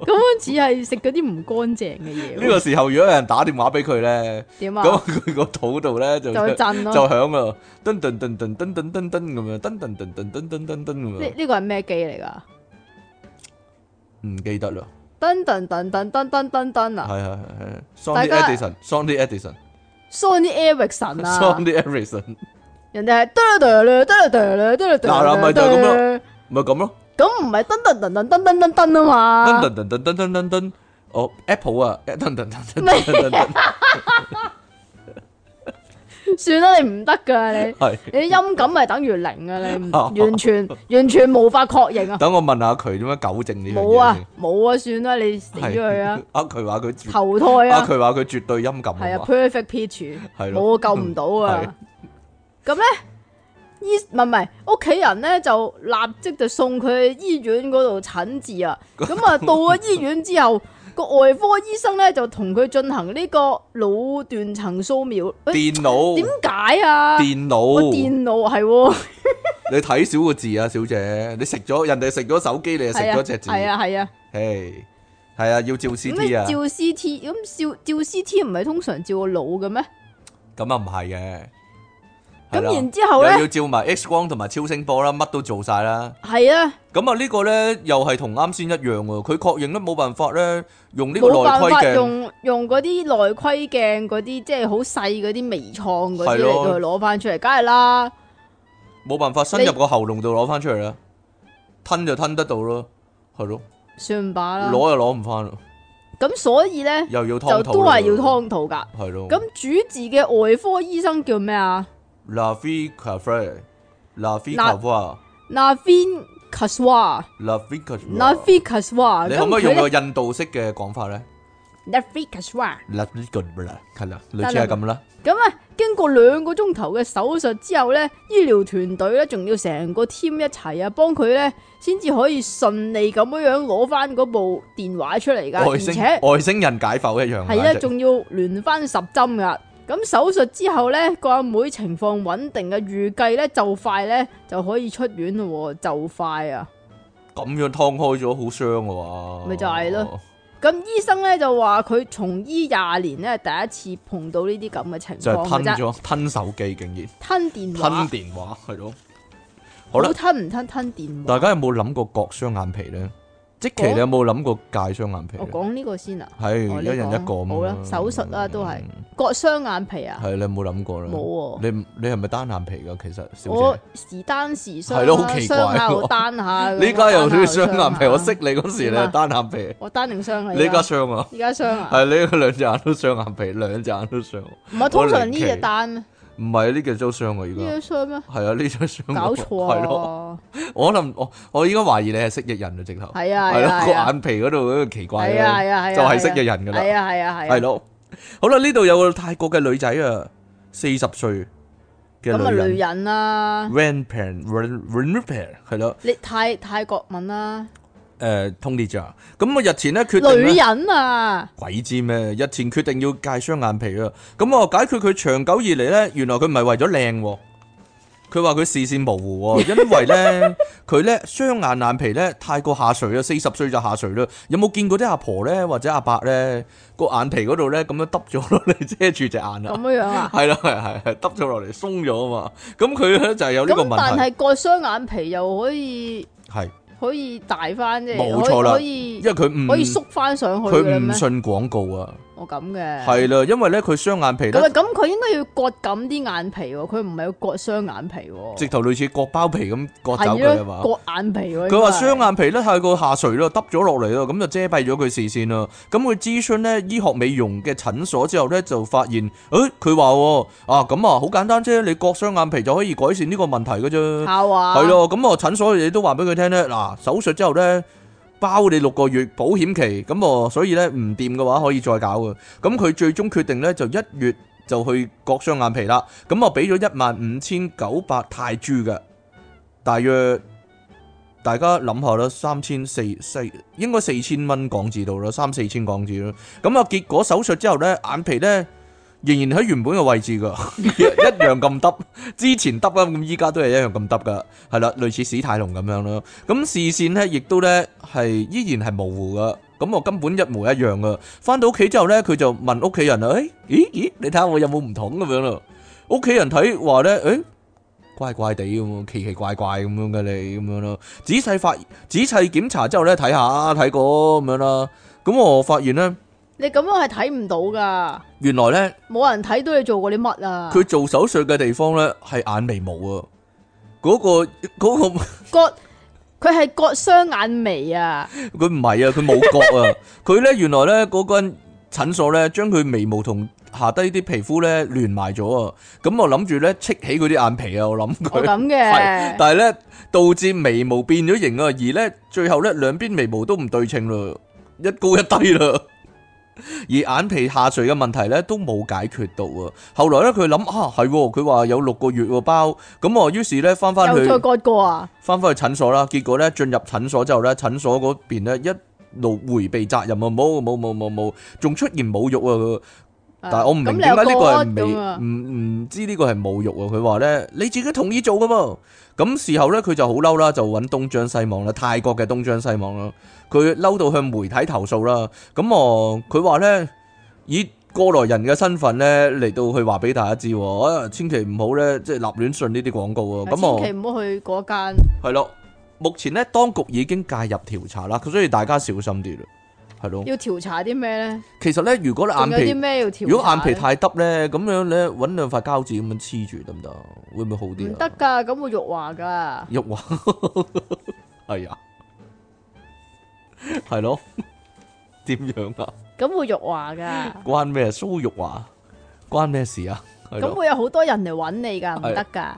樣似係食嗰啲唔乾淨嘅嘢呢喎，個時候如果有人打電話俾佢咧，點咁啊？佢個肚度咧就就震就咯，響啊，噔噔噔噔噔噔噔噔咁樣，噔噔噔噔噔噔噔噔咁呢樣，呢個係咩機嚟㗎？唔記得啦，噔噔噔噔噔噔噔噔啊係係係大，Sony 家 Edison，Sony Edison，Sony ，Sony Ericsson 啊， Edison，人哋係嘟嘟嘟嘟嘟嘟嘟嘟，嗱嗱咪就係咁咯咯，咪咁咯，咁唔係噔噔噔噔噔噔噔噔啊嘛，噔噔噔噔噔噔噔噔，哦，Apple 啊，噔噔噔噔噔噔噔，算啦，你唔得噶你，係你啲音感咪等於零啊！你唔完全完全無法確認啊！等我問下佢點樣糾正呢樣嘢冇啊先。冇啊，算啦，你死咗係佢啊！！啊佢話佢絕投胎啊啊，佢話佢絕對音感係啊啊嘛， ，perfect pitch，係咯冇救唔到嗯係啊！咁咧，醫唔係唔係屋企人咧就立即就送佢去醫院嗰度診治啊！咁 啊，到咗醫院之後，個外科醫生咧就同佢進行呢個腦斷層掃描。喂電腦點解啊？電我腦電腦係喎。你睇少個字啊，小姐，你食咗人哋食咗手機，你就食 à, 咗隻字，係啊係啊，嘿，係啊，要照咁 CT 啊你，照 CT 咁照照 CT 唔係通常照個腦嘅咩？咁啊唔係嘅，係咁啦然之後又咧要照埋 X 光同埋超聲波啦，乜都做晒啦。係啊，咁啊呢個咧又係同啱先一樣喎，佢確認都冇辦法咧用呢個內冇辦窺法鏡，用用嗰啲內窺鏡嗰啲即係好細嗰啲微創嗰係啲嚟咯到去攞翻出嚟，梗係啦。冇辦法伸入個喉嚨度攞翻出嚟啦，吞就吞得到咯，係咯，算吧攞啦，就攞唔翻咯，咁所以咧又要就湯肚，都係要，湯肚㗎。係咯。咁主治嘅外科醫生叫咩啊 La vie café，La vie La- café，La ？Navin Kaswa，Navin vie café。 Kaswa，你咁可唔可以佢用個咧印度式嘅講法咧 Navin Kaswa。 ？La vie café，係啦，類似係咁啦。咁啊，經過兩個鐘頭嘅手術之後咧，醫療團隊咧仲要成個 team 一齊啊，幫佢咧先至可以順利咁樣樣攞翻嗰部電話出嚟㗎，外而星且外星人解剖一樣，係啊，簡直仲要聯翻十針㗎。咁手術之後咧，個阿妹情況穩定嘅，預計咧就快咧就可以出院咯喎，就快啊！咁樣劏開咗，好傷嘅話，咪就係咯。咁醫生咧就話佢從醫廿年咧第一次碰到呢啲咁嘅情就係況吞嘅啫，咗吞手機，竟然吞電吞話，電話，係咯。好啦好，吞唔吞吞電話？大家有冇諗過割雙眼皮咧？即期講你有冇諗過戒雙眼皮我呢？講呢個先啊，係哦一你人一個咁啊嗯講好啦樣，手術啦都係割雙眼皮啊，係你有冇諗過啦？冇喎。你唔你係咪單眼皮㗎？其實小我姐，時單時係雙咯好啦，奇怪雙下又 單下，啊你而家又單啲下又雙眼皮，雙我下識你嗰時你點啊係單眼皮，我單定雙啊，你而家而家傷啊？而家雙啊，係你兩隻眼都雙眼皮，兩隻眼都傷。唔唔係通常呢我離只奇單咩？係呢隻都傷啊！而呢家只雙咩？係啊，呢隻傷啊。搞錯係咯，啊！我可能我我依家懷疑你係蜥蜴人啊，直頭係係啊係咯，個啊係啊眼皮嗰度嗰個奇怪係啊係啊係咧，啊，就係蜥蜴人㗎啦。係啊係啊係啊，係咯，好啦，呢度有個泰國嘅女仔啊，四十歲嘅咁啊女女人嗯人啦， ，Ran Pan Ran Pan 係咯，你泰泰國文啦，誒 Tony 咋？咁我啊日前咧決定女咧。人啊，鬼知咩？日前決定要戒雙眼皮啊！咁我解決佢長久以嚟呢，原來佢唔係為咗靚喎，佢話佢視線模糊 喎，因為呢，佢呢雙眼眼皮呢太過下垂啦，四十歲就下垂啦。有冇見過啲阿婆呢？或者阿伯呢？個眼皮嗰度呢，咁樣耷咗落嚟遮住隻眼咁啊？樣樣啊。係啦，係係係耷咗落嚟鬆咗啊嘛。咁佢呢就係 有呢個咁但問題，係割雙眼皮又可以係可以大翻啫，冇錯啦可以因可以為佢唔可以縮翻上去佢嘅唔咩？信廣告啊，我咁嘅。係啦，因為呢，佢雙眼皮呢咁。啊，咁佢應該要割緊啲眼皮喎，佢唔係要割雙眼皮喎。直頭類似割包皮咁割走佢係啊嘛咯，。割啊眼皮喎。佢話應雙眼皮咧太過下垂咯，耷咗落嚟咯，咁就遮蔽咗佢視線啦。咁佢諮詢咧醫學美容嘅診所之後咧，就發現，誒佢話喎啊咁啊，好簡單啫，你割雙眼皮就可以改善呢個問題嘅該啫。係 啊係，咯，咁我診所亦都話俾佢聽咧，嗱手術之後咧包你六個月保險期，咁我所以咧唔掂嘅話可以再搞嘅。咁佢最終決定咧就一月就去割雙眼皮啦。咁我俾咗一萬五千九百泰铢嘅，大約大家諗下啦，三千四四應該四千蚊港紙到啦，三四千港紙啦。咁啊結果手術之後咧眼皮咧。仍然喺原本嘅位置噶，一樣咁耷，之前耷啦，咁依家都係一樣咁耷噶，係啦，類似史泰龍咁樣咯。咁視線呢，亦都呢係依然係模糊噶，咁我根本一模一樣噶。翻到屋企之後呢，佢就問屋企人啊，誒、咦咦，你睇下我有冇唔同咁樣咯？屋企人睇話呢，誒、怪怪地咁喎，奇奇怪怪咁樣嘅你咁樣咯。仔細發仔細檢查之後呢，睇下睇過咁樣啦。咁我發現呢，你咁樣係睇唔到㗎，原來呢。冇人睇到你做過啲乜啊。佢做手術嘅地方咧係眼眉毛啊，嗰、個嗰、割佢係割雙眼眉啊，個佢唔係啊，佢冇角啊，佢咧原來咧嗰間診所咧將佢眉毛同下低啲皮膚咧亂埋咗啊！咁我諗住咧戚起佢啲眼皮啊，我 諗我佢。咁係嘅，但係咧導致眉毛變咗形啊，而咧最後咧兩邊眉毛都唔對稱啦，一高一低啦。而眼皮下垂嘅問題咧都冇解決到啊！後來咧佢諗啊係喎，佢話有六個月喎包，咁我於是咧翻翻又去再割過啊！翻返去診所啦，結果咧進入診所之後咧，診所嗰邊咧一路迴避責任啊，冇冇冇冇冇，仲出現侮辱啊！佢但係我唔啊咁明你點解又呢個割係咁啊未唔唔知呢個係侮辱啊！佢話咧你自己同意做噶噃，咁事後咧佢就好嬲啦，就揾東張西望啦，泰國嘅東張西望啦，佢嬲到向媒體投訴啦，咁我佢話咧以過來人嘅身份咧嚟到去話俾大家知喎，啊千祈唔好咧即係立亂信呢啲廣告啊，咁我。千祈唔好去嗰間，系咯，目前咧當局已經介入調查啦，所以大家小心啲啦，係咯。要調查啲咩咧？其實咧，如果你仲有啲眼皮咩要調查呢？如果眼皮太耷咧，咁樣咧揾兩塊膠紙咁樣黐住得唔得啊？會唔會好唔啲得啊？噶，咁會辱華噶。 喐啊，係啊，係咯，點樣啊？咁會辱華噶，關咩蘇玉華？關咩事啊？係咁咯，會有好多人嚟揾你噶，唔係得噶。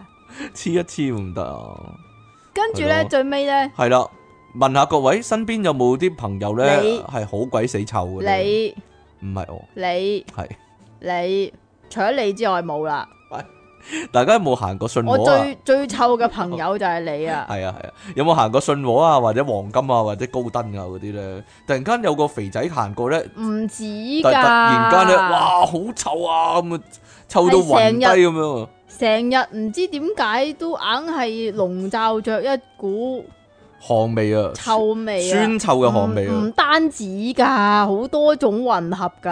黐一黐唔得啊！跟住係咧，咯最尾咧，係啦，問下各位身邊有冇啲朋友咧你係好鬼死臭嘅呢？你唔係我，你係。你，除咗你之外冇啦。大家有冇行過信我和啊？最最臭嘅朋友就係你啊！係啊係啊，有冇行過信和啊，或者黃金啊，或者高登啊嗰啲咧？突然間有個肥仔行過咧，唔止突噶，突然間咧，哇好臭啊咁啊，臭到暈低咁樣啊，成日唔知點解都硬係籠罩着一股汗味啊，臭味啊！酸臭嘅汗味唔啊，唔單止㗎，好多種混合㗎。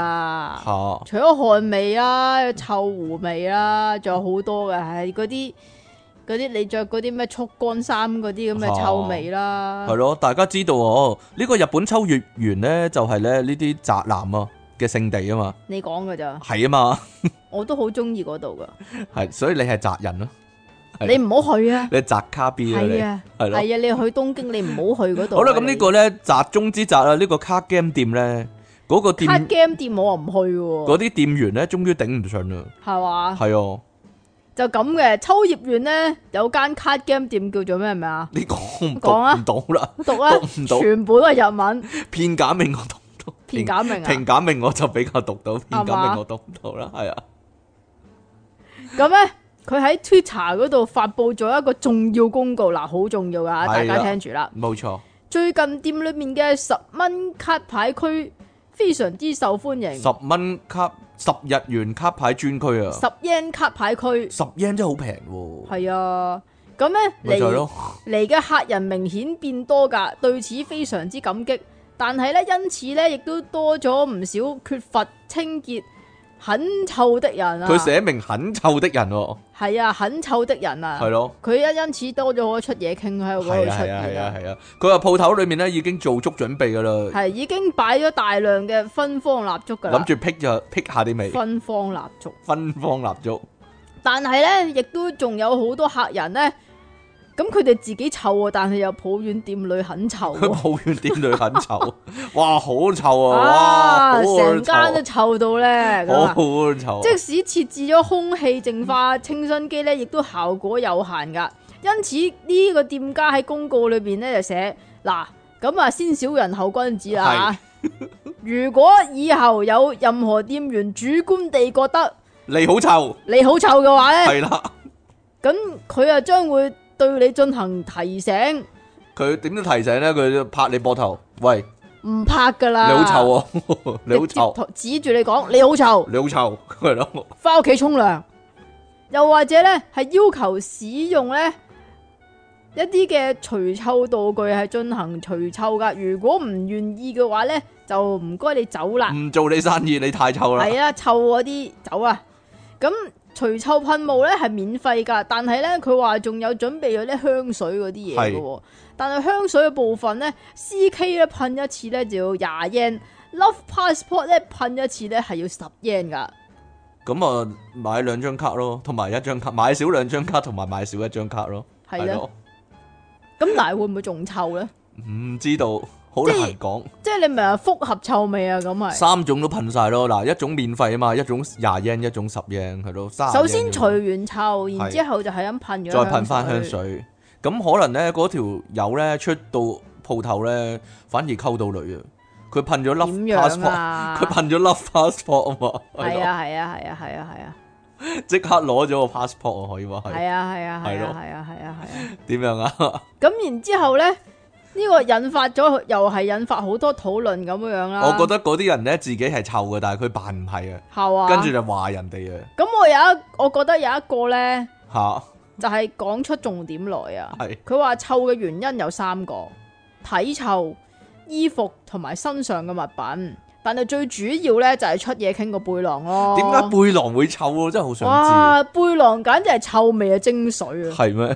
嚇除咗汗味啦、有臭狐味啦，仲有好多嘅，係嗰啲嗰啲你着嗰啲咩速乾衫嗰啲咁嘅臭味啦啊係。咯，大家知道哦，呢個日本秋葉原咧就係咧呢啲宅男啊嘅聖地啊嘛，你講㗎咋，係啊嘛，我都好中意嗰度㗎。係所以你係宅人咯，係你唔好去啊，你係宅卡 B 啊你係，啊，係係咯啊，。你去東京你唔好去嗰度啊。好啦，咁呢個咧宅中之宅啦，呢個卡 game 店咧，嗰個你店卡 game 店我唔去嘅嗰喎，啲店員咧，終於頂唔順啦，係嘛？係哦，就咁嘅，秋葉原咧有間卡 game 店叫做咩名啊？呢個我唔讀講啊唔到啦，讀啊，讀唔到全部都係日文，片假名我讀唔到，片假名啊平。假名我就比較讀到，嘛片假名我讀唔到啦，係啊，咁咧，佢喺 Twitter 嗰度發布咗一個重要公告，嗱，好重要噶，大係啦家聽住啦。冇錯，最近店裏面嘅十蚊卡牌區非常之受歡迎，十啊蚊卡十日元卡牌專區啊，十 yen 卡牌區十 yen 真係好平喎，係啊。咁咪咧就係嚟咯，嚟嘅客人明顯變多㗎，對此非常之感激。但係咧，因此咧亦都多咗唔少缺乏清潔、很臭的人啊。佢寫明很臭的人喎，係啊，很臭的人啊係。咯。佢一因此多咗好多出嘢傾喺我嗰度係出啊係啊係現啊啊。係啊！佢話鋪頭裏面咧已經做足準備噶啦，系已經擺咗大量嘅芬芳蠟燭㗎啦諗，住辟就辟下啲味，芬芳蠟燭，芬芳蠟燭。但係咧，亦都仲有好多客人咧，咁佢哋自己臭喎，但係又抱怨店裏很臭佢喎，抱怨店女很 臭，哇，好臭啊，哇，啊，成間都間臭到咧，咁好啊臭，即使設置咗空氣淨化清新機咧，亦都效果有限㗎。因此呢個店家喺公告裏邊咧就寫嗱，咁啊先小人後君子啦。如果以後有任何店員主觀地覺得，你好 臭，你好臭嘅話咧，係啦，咁佢啊將會對你進行提醒，佢點都提醒咧，佢拍你膊頭，喂，唔拍噶你啦。好臭 啊，你好臭，，指住你講你好臭，你好臭，係咯，翻屋企沖涼。又或者咧係要求使用咧一啲嘅除臭道具係進行除臭噶，如果唔願意嘅話咧，就唔該你走啦。唔做你生意，你太臭啦，係啊，臭嗰啲走啊。咁除臭噴霧咧係免費㗎，但係咧佢話仲有準備咗啲香水嗰啲嘢嘅喎。但係香水嘅部分咧，CK 咧噴一次咧就要廿 yen。Love Passport 咧噴一次咧係要十 yen 㗎，咁啊買兩張卡咯，同埋一張卡，買少兩張卡，同埋買少一張卡咯，係啊係啦。咯，咁但係會唔會仲臭咧？唔知道，好即係難講。即系你咪話複合臭味啊，咁係。三種都噴晒咯，嗱，一種免費啊嘛，一種廿 yen，一種十 yen，係咯，30首先 yen 除完臭，然之后就係咁噴咗。再噴翻香。水，咁可能咧嗰條友咧出到鋪頭咧，反而溝到女啊！佢噴咗點 love 樣 passport，啊？佢噴咗 love passport 啊嘛， 係係咯，啊係啊係啊係啊係啊即刻攞咗個 passport 啊，可以話係係啊係啊係係咯啊係啊係啊係啊。點樣啊？咁然之後咧，呢個引發咗又係引發好多討論咁樣樣啦。我覺得嗰啲人咧自己係臭嘅，但係佢扮唔係啊，係啊。跟住就話人哋咁我有一，我覺得有一個咧，啊，就係講出重點來啊嚇。係佢話臭嘅原因有三個：體臭、衣服同埋身上嘅物品。但係最主要咧就係出嘢傾個背囊咯。點解背囊會臭啊？真係好想哦哇，背囊簡直係臭味嘅精髓知，啊！係咩？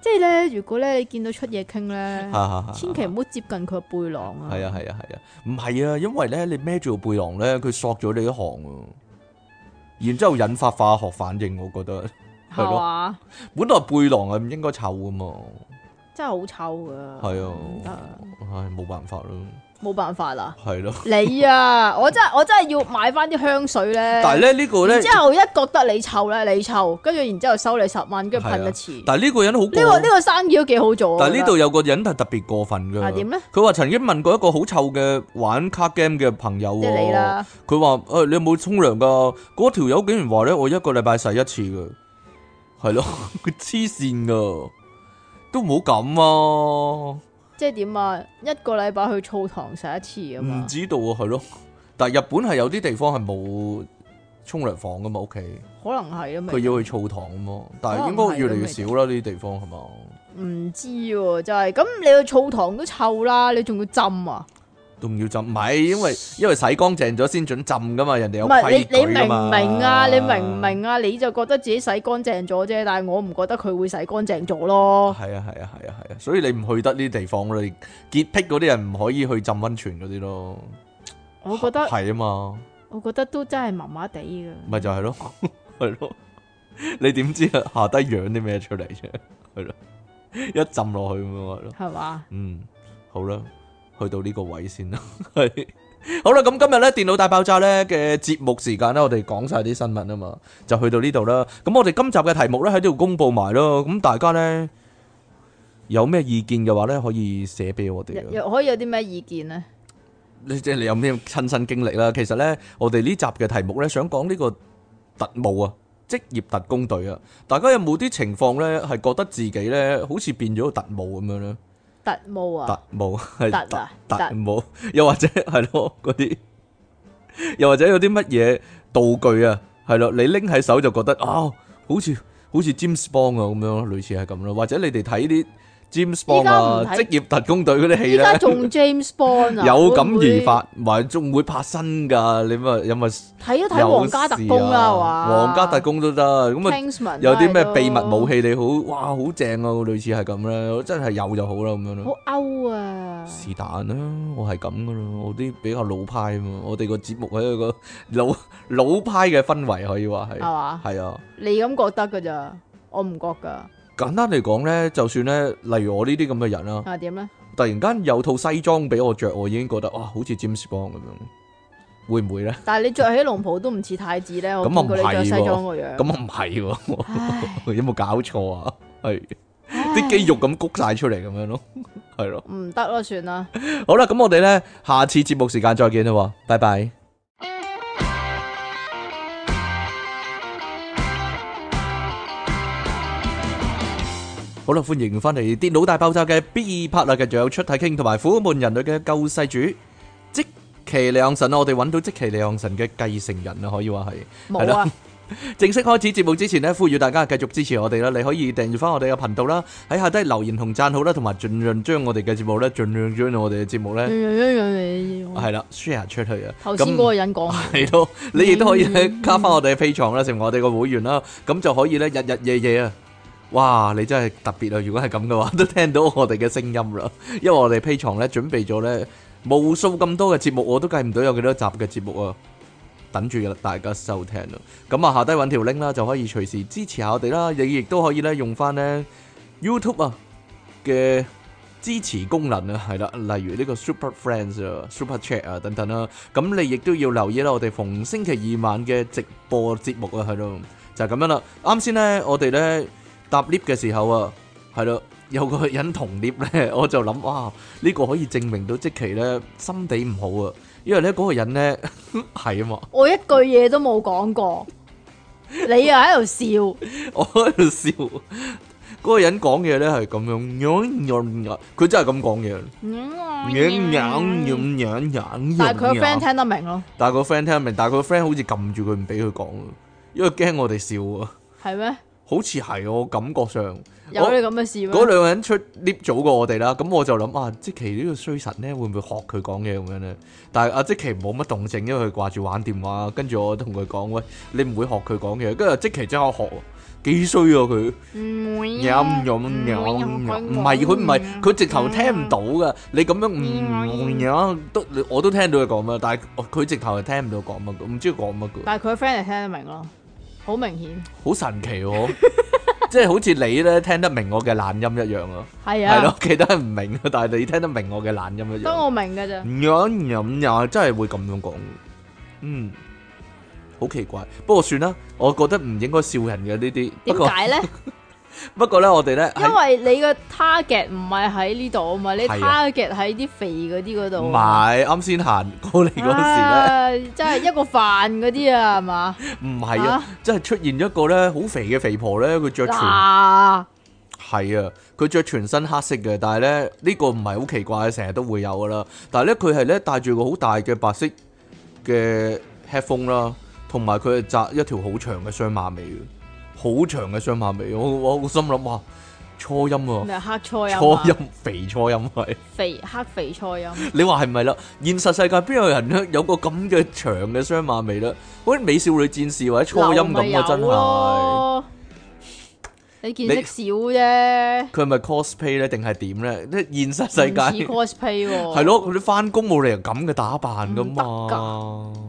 即係咧，如果咧你見到出嘢傾咧，千千祈唔好接近佢嘅背囊啊！係啊係啊係啊，唔係啊，因為咧你孭住個背囊咧，佢索咗你一行啊，然之後引發化學反應，我覺得 係係咯嘛，本來背囊係唔應該臭噶嘛，真係好臭噶，係啊唔得啊唉冇辦法咯，冇辦法啦！係咯，你啊， 我真係我真係要買翻啲香水咧，但係咧呢個咧然，之後一覺得你臭咧，你臭，跟住然之後收你十蚊，跟住噴一次。呢但係呢個人好過，個呢個生意都幾好做啊！但係呢度有個人係特別過分啊噶，點咧？佢話曾經問過一個好臭嘅玩卡 game 嘅朋友即係你喎，啦，佢話哎誒你有冇沖涼㗎？嗰條友竟然話咧我一個禮拜洗一次㗎，係咯， 佢黐線㗎，都唔好咁啊！即係點啊？一個禮拜去澡堂洗一次啊嘛唔，知道啊，係咯，但係日本係有啲地方係冇沖涼房㗎嘛，屋企。可能係啊嘛佢。要去澡堂咁咯，但係應該越嚟越少啦呢啲地方係嘛，唔知喎，真係咁你去澡堂都臭啦，你仲要浸啊？仲要浸，唔係因為因為洗乾淨咗先準浸噶嘛，人哋有唔係規你你矩明㗎唔嘛明啊？你明唔？明啊？你就覺得自己洗乾淨咗啫，但係我唔覺得佢會洗乾淨咗咯。係啊係啊係啊係啊，所以你唔去得呢啲地方咯，你潔癖嗰啲人唔可以去浸温泉嗰啲咯，我覺得係啊嘛，我覺得都真係麻麻地嘅。咪就係咯， 係咯，你點知啊下低養啲咩出嚟啫？係咯，一浸落去咁樣係咯。係嘛？嗯，好啦，去到呢個位先啦， 系好啦，咁今日咧電腦大爆炸咧嘅節目時間咧，我哋講晒啲新聞啊嘛，就去到呢度啦。咁我哋今集嘅題目咧喺呢度公布埋咯，咁大家咧有咩意見嘅話咧，可以寫俾我哋又啊。又可以有啲咩意見呢？你即係你有咩親身經歷啦？其實咧，我哋呢集嘅題目咧，想講呢個特務啊。職業特工隊啊，大家有冇啲情況咧，係覺得自己咧好似變咗個特務咁樣咧？特務啊，特務係特啊特特務，又或者係咯嗰啲，又或者有啲乜嘢道具啊，係咯，你拎喺手就覺得啊，好似好似 James Bond 啊咁樣咯，類似係咁咯，或者你哋睇啲 James Bond 啊依家唔睇職業特工隊嗰啲戲依家咧，仲 James Bond 啊，有會唔會感而發，唔係仲會拍新㗎，你咪有咪睇一睇《有皇家特工》事啦，啊係嘛？皇家特工都得，咁啊 Kingsman 有啲咩都係秘密武器你好，哇好正啊，類似係咁啦，真係有就好啦咁樣咯好。歐啊！是但啦，我係咁噶啦，我啲比較老派啊嘛，我哋個節目喺個老 老派嘅氛圍可以話係係，嘛？係啊。你咁覺得噶咋？我唔覺噶。簡單嚟講呢，就算呢，例如我呢啲咁嘅人啦，啊點咧？突然間有套西裝俾我着，我已經覺得哇，好似 James Bond 咁樣，會唔會呢？但係你着起龍袍都唔似太子咧，咁我啊見唔過你係着西喎裝個樣。咁我唔係喎，唉有冇搞錯啊？係唉啲肌肉咁谷晒出嚟咁樣咯，係咯。唔得咯，算啦。好啦，咁我哋呢，下次節目時間再見啦喎，拜拜。好啦，歡迎翻嚟《電腦大爆炸》嘅 B part 啦，繼續有出體傾同埋苦悶人類嘅救世主即其利昂神啊！我哋揾到即其利昂神嘅繼承人啊啦，可以話係。係冇啦啊，正式開始節目之前呢，呼籲大家繼續支持我哋啦！你可以訂閱翻我哋嘅頻道啦，喺下低留言同讚好啦，同埋盡量將我哋嘅節目呢，盡量將我哋嘅節目呢。樣樣樣樣樣。系啦，share 出去啊。嗯頭先咁嗰個 嗯人講，系咯，你亦都可以咧加翻我哋嘅 P 床啦，成為我哋個會員啦，咁就可以咧日日夜夜啊！哇，你真係特別啊！如果係咁嘅話， 都聽到我哋嘅聲音啦，因為我哋 P 床咧準備咗咧無數咁多嘅節目，我都計唔到有幾多集嘅節目啊！等住大家收聽啦，咁啊下低揾條 link 啦，就可以隨時支持下我哋啦。你亦都可以咧用翻咧 YouTube 啊嘅支持功能啊，係啦，例如呢個 Super Friends 啊、Super Chat 啊等等啦。咁你亦都要留意啦，我哋逢星期二晚嘅直播節目啊，係咯，就係咁樣啦。啱先咧，我哋咧搭 lift 嘅時候啊，係咯，有個人同 lift 咧， 我就諗哇，呢個可以證明到即期咧心地唔好啊，因為咧嗰個人咧 係啊嘛。 我一句嘢都冇講過，你又喺度笑，我喺度笑，嗰個人講嘢咧係咁樣，佢真係咁講嘢，哦但係佢個 friend 聽得明咯，但係個 friend 聽唔明，但係佢個 friend 好似撳住佢唔俾佢講，因為驚我哋笑啊，係咩？好似係我感覺上有你咁嘅事嗰咩？兩個人出 lift 早過我哋啦，咁我就諗啊，即奇呢個衰神咧會唔會學佢講嘢咁樣咧？但係阿即奇冇乜動靜，因為佢掛住玩電話，跟住我同佢講喂，你唔會學佢講嘢，跟住即奇真係學喎，幾衰啊佢。唔會有有有，唔係佢唔係佢直頭聽唔到噶。你咁樣唔有都我都聽到佢講乜，但係佢直頭係聽唔到講乜，唔知佢講乜嘅，但係佢個 friend 係聽得明咯，好明顯好神奇喎！ 即係好似你咧聽得明我嘅懶音一樣啊，係係啊咯，，其他人唔明啊， 但係你聽得明我嘅懶音一得樣。我明㗎咋，有有有，真係會咁樣講，嗯，好奇怪。不過算啦，我覺得唔應該笑人嘅呢啲。不點過解咧？不過咧，我哋咧喺因為你個 target 唔係喺呢度啊嘛，你係啊 target 喺啲肥嗰啲嗰唔度啊。係啱先行過嚟嗰時咧。時咧，真係一個飯嗰啲啊，係嘛？唔係啊，真係出現一個咧好肥嘅肥婆咧，佢着全嗱，係啊，佢着全身黑色嘅，但係咧呢個唔係好奇怪，成日都會有噶啦。但係咧佢係咧戴住個好大嘅白色嘅 headphone 啦，同埋佢係紮一條好長嘅雙馬尾嘅，好長嘅雙馬尾。我我我心諗哇，初音啊，咩黑菜啊初嘛？音肥初音係。肥黑肥菜啊音，你話係咪啦？現實世界邊有人咧有個咁嘅長嘅雙馬尾咧？好似美少女戰士或 者初音流咪咁有啊，真係。咯。你見識少啫，佢係咪 cosplay 咧，定係點咧？即係現實世唔界似 cosplay 喎。係，咯，佢啲翻工冇理由咁嘅打扮噶嘛，哦唔得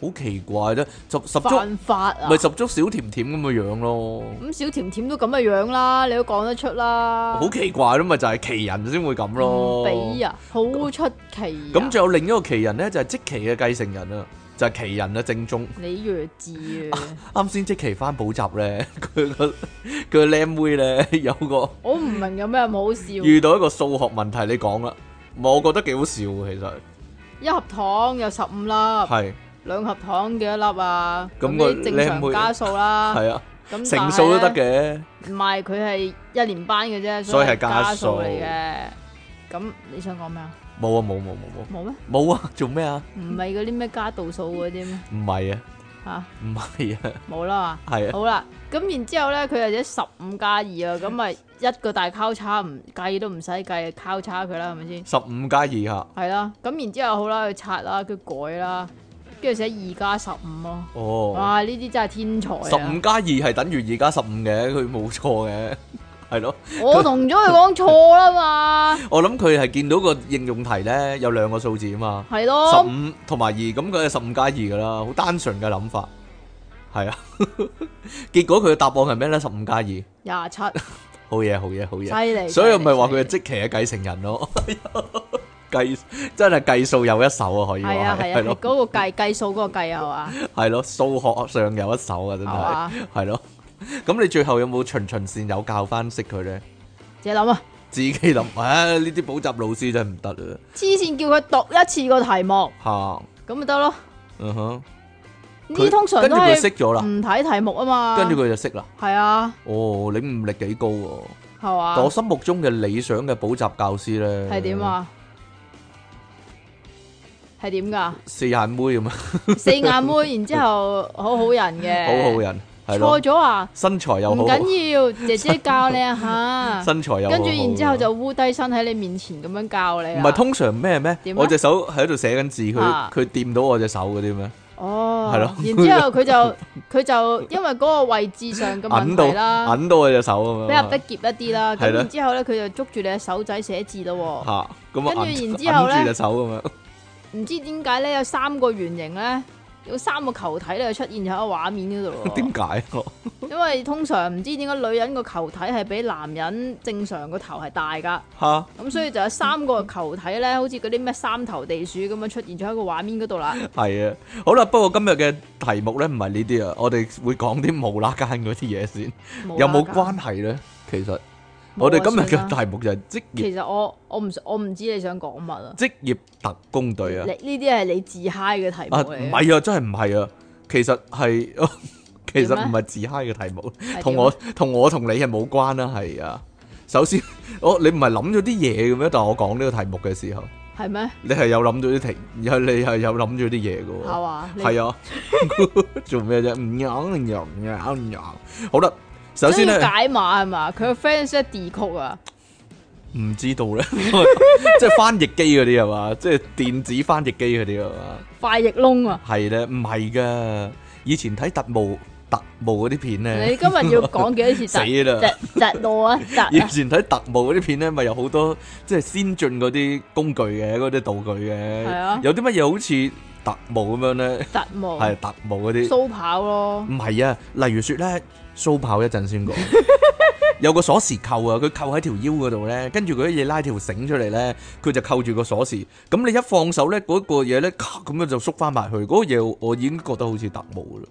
好奇怪啫！十十足犯法啊！咪十足小甜甜咁嘅樣咯，咁小甜甜都咁嘅樣啦，你都講得出啦。好奇怪咯，咪就係奇人先會咁唔咯。俾啊，好出奇啊。咁仲有另一個奇人咧，就係即奇嘅繼承人啊，就係奇人啊正宗。你弱智 啊！啱先即奇翻補習咧， 佢個佢個靚妹咧 有個我唔明有咩咁好笑。遇到一個數學問題，你講啦，我覺得幾好笑喎其實一盒糖有十五粒，係兩盒糖幾多粒啊？咁咁個你正靚妹常加數啦。係啊。咁成數都得。嘅，唔係佢係一年班嘅啫，所以係係加加數數嚟嘅。咁你想講咩啊？冇啊冇冇冇冇冇咩？冇啊！做咩啊？唔係嗰啲咩加度數嗰啲咩？唔係啊，吓，唔係啊，冇啦 嘛。係啊，好啦，咁然之後咧，佢係寫十五加二啊，咁咪一個大交叉唔計都唔使計，交叉佢啦，係咪先？十五加二下，係啦，咁然之後好啦，佢拆啦，佢改啦，跟住寫二加十五咯。哦，哇！呢啲真係天才十五啊！加二係等於二加十五嘅，佢冇錯嘅，係咯。我同咗佢講錯啦嘛，我諗佢係見到個應用題咧有兩個數字啊嘛，係十咯，五同埋二，咁佢係十五加二噶啦，好單純嘅諗法， 係啊。結果佢嘅答案係咩咧？十五加二，廿七，好嘢，好嘢，好嘢。犀利。所以咪話佢係即即期嘅繼承人 咯，計真係計數有一手啊，可以話係啊係係啊，係嗰咯個計計數嗰個計啊係咯，數學上有一手啊，真係嘛係係嘛，係咯。咁你最後有冇循循善誘教翻識佢咧？自己諗啊，自己諗， 唉，呢啲補習老師真係唔得黐線叫佢讀一次個題目啊，咁咪得咯。吓，嗯哼。呢佢啲通常跟住都佢係識咗啦，唔睇題目啊嘛，跟住佢就識啦。係啊，哦，領悟力幾高喎！係嘛但我，心目中嘅理想嘅補習教師咧，係點？嗯啊？係點噶？四眼妹咁啊，四眼妹，然之後 好好人嘅，好好人，係咯錯，咗啊！身材又唔好，緊要，姐姐教你啊吓，身材又好跟住然之後好就烏低身喺你面前咁樣教你唔啊。係通常咩咩？點啊我隻手喺度寫緊字，佢啊佢掂到我隻手嗰啲咩？哦，係咯然之後佢就 佢就因為嗰個位置上嘅問揞到題啦，揞到我隻手咁樣。比較逼夾一啲啦。係咁咯然之後咧，佢就捉住你嘅手仔寫字咯嚇，咁啊跟住揞然之後呢揞住隻手咁樣，喎。唔知點解咧有三個圓形咧，有三個球體咧出現咗喺畫面嗰度 點喎。解？因為通常唔知點解女人個球體係比男人正常個頭係大㗎，吓咁所以就有三個球體咧，好似嗰啲咩三頭地鼠咁樣出現咗喺個畫面嗰度啦。係啊，好啦，不過今日嘅題目咧唔係呢啲啊，我哋會講啲無啦間嗰啲嘢先， 有冇啦㗎？關係咧？其實冇啊我哋今日算嘅啦題目就係職業其實我我唔我唔知你想講乜啊。職業特工隊啊。你呢啲係你自嗨嘅題目啊，嚟唔嘅。係啊，真係唔係啊，其實係，其實唔係自嗨嘅題目，係同點啊我同我同你係冇關啦，係啊。首先，我你唔係諗咗啲嘢嘅咩？但係我講呢個題目嘅時候，係咩？你係有諗咗啲題，有你係有諗咗啲嘢嘅喎係。嘛？你 係啊，做咩啫？唔咬唔咬唔咬唔咬。好啦，首所以先咧，解碼係啊嘛？佢個 fans 咧 D 曲啊，唔知道咧， 即係翻譯機嗰啲係嘛？即係電子翻譯機嗰啲係嘛？快翼 窿啊！係咧，唔係噶，以前睇特務特務嗰啲片咧你。今日要講幾 多次啊死啊窒啦！窒窒 路啊？以窒啊！前睇特務嗰啲片咧，咪有好多即係先進嗰啲工具嘅，嗰啲道具嘅。係啊有啲乜嘢好似特務咁樣咧？窒毛係特務嗰啲。蘇跑咯，唔係啊，例如説咧，蘇跑一陣先講。 有個鎖匙扣啊，佢扣喺條腰嗰度咧，跟住佢嘢拉條繩出嚟咧，佢就扣住個鎖匙。咁你一放手咧，嗰、個嘢咧，咔咁樣就縮翻埋去。嗰、個嘢我已經覺得好似特務噶啦。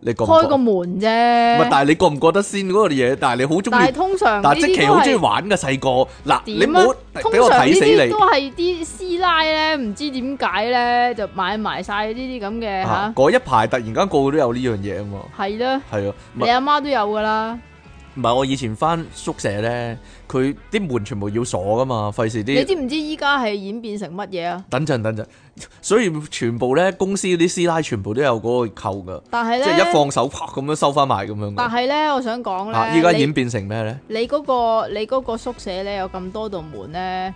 你覺唔覺？開個門唔係，啫。但係你覺唔覺得先嗰個嘢？但係你好中但係意。通常呢但即啲期都好中意係玩嘅細個，嗱你點唔啊好？通俾我常呢睇死啲你都係啲師奶咧，唔知點解咧就買埋晒呢啲咁嘅啊吓，嗰一排突然間個個都有呢樣嘢啊嘛，係啦。係啊，唔你係阿媽都有噶啦，唔係我以前翻宿舍咧，佢啲門全部要鎖噶嘛，費事你啲知唔知依家係演變成乜嘢啊？等陣等陣，所以全部咧公司啲師奶全部都有嗰個扣噶，但係即咧，係一放手啪咁樣收翻埋咁樣但㗎。係咧，我想講啊！咧，依家你演變成咩咧？你嗰、個你嗰個宿舍咧有咁多道門咧，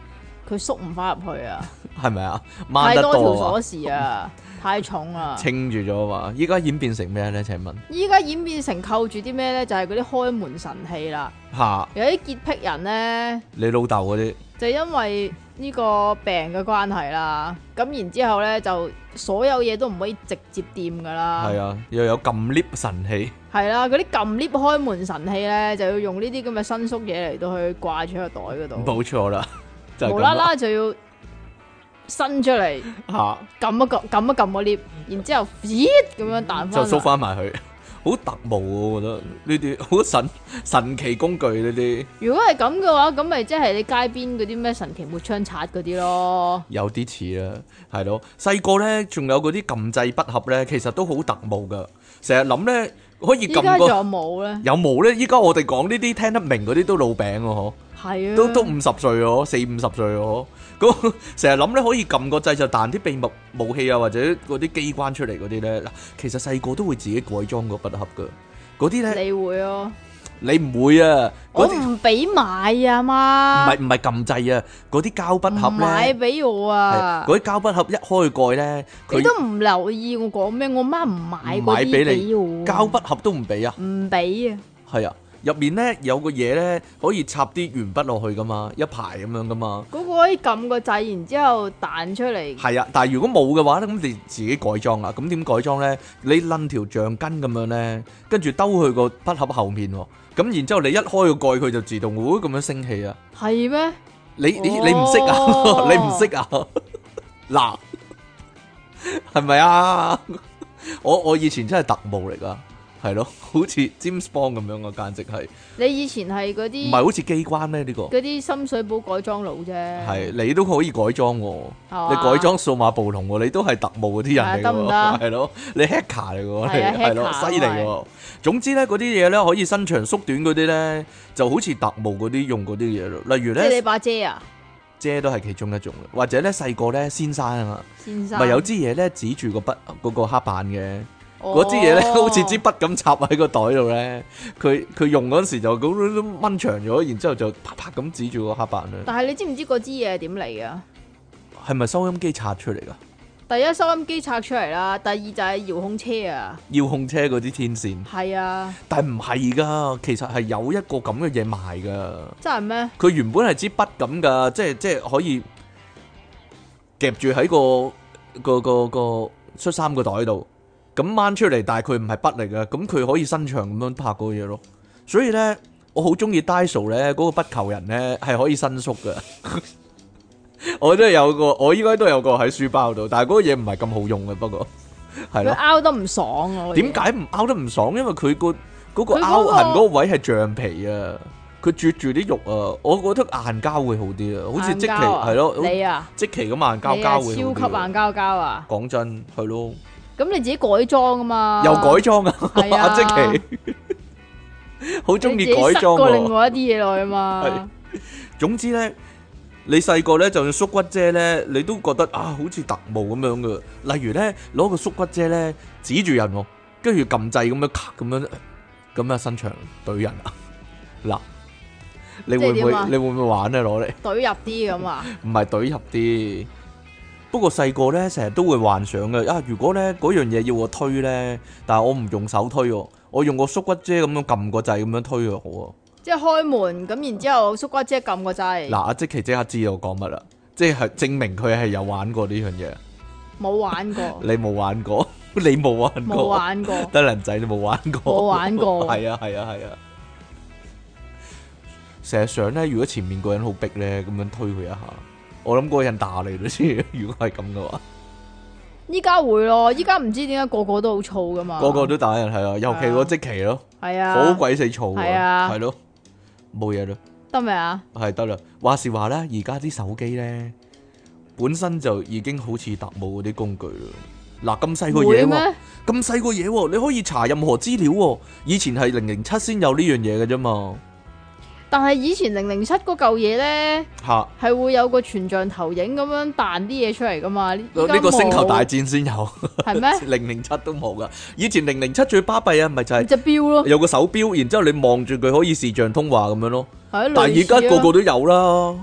佢縮唔翻入去啊！係咪啊？掹太得多條多啊，鎖 匙啊，太重啊！清住咗啊嘛！依家演變成咩咧？請問依家演變成扣住啲咩咧？就係嗰啲開門神器啦。嚇有啲潔癖人咧，你老豆嗰啲就因為呢個病嘅關係啦，咁然之後咧就所有嘢都唔可以直接掂噶啦。係啊，又有撳 lift 神器。係啦，嗰啲撳 lift 開門神器咧，就要用呢啲咁嘅伸縮嘢嚟到去掛住喺個袋嗰度，冇錯啦，就係哦無咁啦啦啦就要伸出嚟嚇，撳一撳，撳一撳個 lift，然之後咦咁樣彈翻，就縮，翻埋去，好特務喎我覺得呢啲好神神奇工具呢啲，如果係咁嘅話，咁咪即係你街邊嗰啲咩神奇抹槍刷嗰啲咯，有啲似啦，係咯。細個咧仲有嗰啲撳掣筆盒咧，其實都好特務噶，成日諗咧可以依家撳仲個。有冇咧？有冇咧？依家我哋講呢啲聽得明嗰啲都老餅喎，嗬係啊，都都五十歲喎，四五十歲喎，咁 成日諗咧可以撳個掣就彈啲秘密武器啊，或者嗰啲機關出嚟嗰啲咧。嗱，其實細個都會自己改裝個筆盒噶，嗰啲咧。你會咯，你唔會啊？我嗰啲唔唔俾買啊媽，係唔係撳掣啊？嗰啲膠筆唔盒買咧，俾我係啊！嗰啲膠筆盒一開蓋咧，你佢都唔留意我講咩，我媽唔買唔買嗰啲俾你俾我，啊膠筆盒都唔俾啊，唔俾啊！係啊，入面咧有個嘢咧可以插啲鉛筆落去噶嘛，一排咁樣噶嘛，嗰個可以撳個掣，然之後彈出嚟，係啊。但係如果冇嘅話咧，咁你自己改裝啊啦。咁點改裝咧？你攆條橡筋咁樣咧，跟住兜去個筆盒後面喎。咁然之後你一開個蓋，佢就自動會咁樣升起啊！係咩？你你你唔識啊？哦 你唔識啊？嗱，係咪啊？我我以前真係特務嚟噶，係咯，好似 James Bond 咁樣啊，簡直係你以前係嗰唔啲係好似機關咩？呢個嗰啲深水埗改裝佬啫，係你都可以改裝喎，係你嘛改裝數碼暴龍喎，你都係特務嗰啲人嚟啊係得唔得㗎喎， 係咯，你 hacker 嚟㗎喎，係啊你係咯， hacker 犀利喎。總之咧，嗰啲嘢咧可以伸長縮短嗰啲咧，就好似特務嗰啲用嗰啲嘢咯，例如即係咧你把遮啊，遮都係其中一種嘅，或者咧細個咧先生啊嘛。先生。咪有支嘢咧指住個筆嗰個黑板嘅，哦嗰支嘢咧 好似支筆咁插喺個袋度咧，佢佢用嗰時就咁樣掹長咗，然之後就啪啪咁指住個黑板啊咧，但係你知唔知嗰支嘢係點嚟啊？係咪收音機拆出嚟噶？第一收音機拆出嚟啦，第二就係遙控車啊，遙控車嗰啲天線，係啊，但唔係噶，其實係有一個咁嘅嘢賣噶，真係咩？佢原本係支筆咁噶，即係即係可以夾住喺個個個個恤衫個袋度，咁掹出嚟，但係佢唔係筆嚟嘅，咁佢可以伸長咁樣拍嗰個嘢咯。所以咧，我好中意 Daiso 咧，嗰、個筆球人咧係可以伸縮嘅。 我都有個，我應該都有個喺書包度，但係嗰個嘢唔係咁好用嘅，不過係佢咯。拗得唔爽啊！嗰啲點解唔拗得唔爽？因為佢個嗰個佢嗰個拗痕嗰個位係橡皮啊，佢啜住啲肉啊，我覺得硬膠會好啲啊，好似即期硬膠啊係咯，你啊，即期咁硬你膠啊膠超會級硬好啲啊。膠膠啊！講真係咯，咁你自己改裝啊嘛，又改裝啊，係啊 阿即期好中意你自改己塞裝過另喎。外一啲嘢落去嘛，總之咧，你細個咧就算縮骨遮咧，你都覺得啊好似特務咁樣嘅。例如咧攞個縮骨遮咧指住人喎，跟住撳掣咁樣咔咁樣咁啊伸長懟人啊！嗱，你會即係唔會點啊你會唔會玩咧攞嚟？懟入啲咁啊，唔係懟入啲。不過細個咧，成日都會幻想嘅啊！如果咧嗰樣嘢要我推咧，但係我唔用手推喎，我用個縮骨遮咁樣撳個掣咁樣推就好啊喎。即係開門咁，然之後縮骨姐撳個掣，嗱，阿即奇即刻知道我講乜啦，即係證明佢係有玩過呢樣嘢。冇玩過，你冇玩過， 你冇玩冇過，玩過， 得人仔你冇玩過，冇玩 過係啊係啊係啊。成日想咧，如果前面個人好逼咧，咁樣推佢一下，我諗嗰個人打你都知。 如果係咁嘅話。依家會咯，依家唔知點解個個都好燥噶嘛，個個都打人係啊，尤其個即期咯，係啊，好鬼死嘈係啊，啊係咯，冇嘢啦，得未啊？係得啦。話時話咧，而家啲手機咧本身就已經好似特務嗰啲工具啦。嗱，咁細個會嘢咩喎，？咁細個嘢喎，你可以查任何資料喎。以前係零零七先有呢樣嘢嘅啫嘛，但係以前零零七嗰嚿嘢咧，嚇！係會有個全像投影咁樣彈啲嘢出嚟噶嘛？呢哦呢個星球大戰先 有，係咩？零零七都冇噶。以前零零七最巴閉啊，咪就係只錶咯，有個手錶，然之後你望住佢可以視像通話咁樣咯。係咯。但係而家個個個都有啦，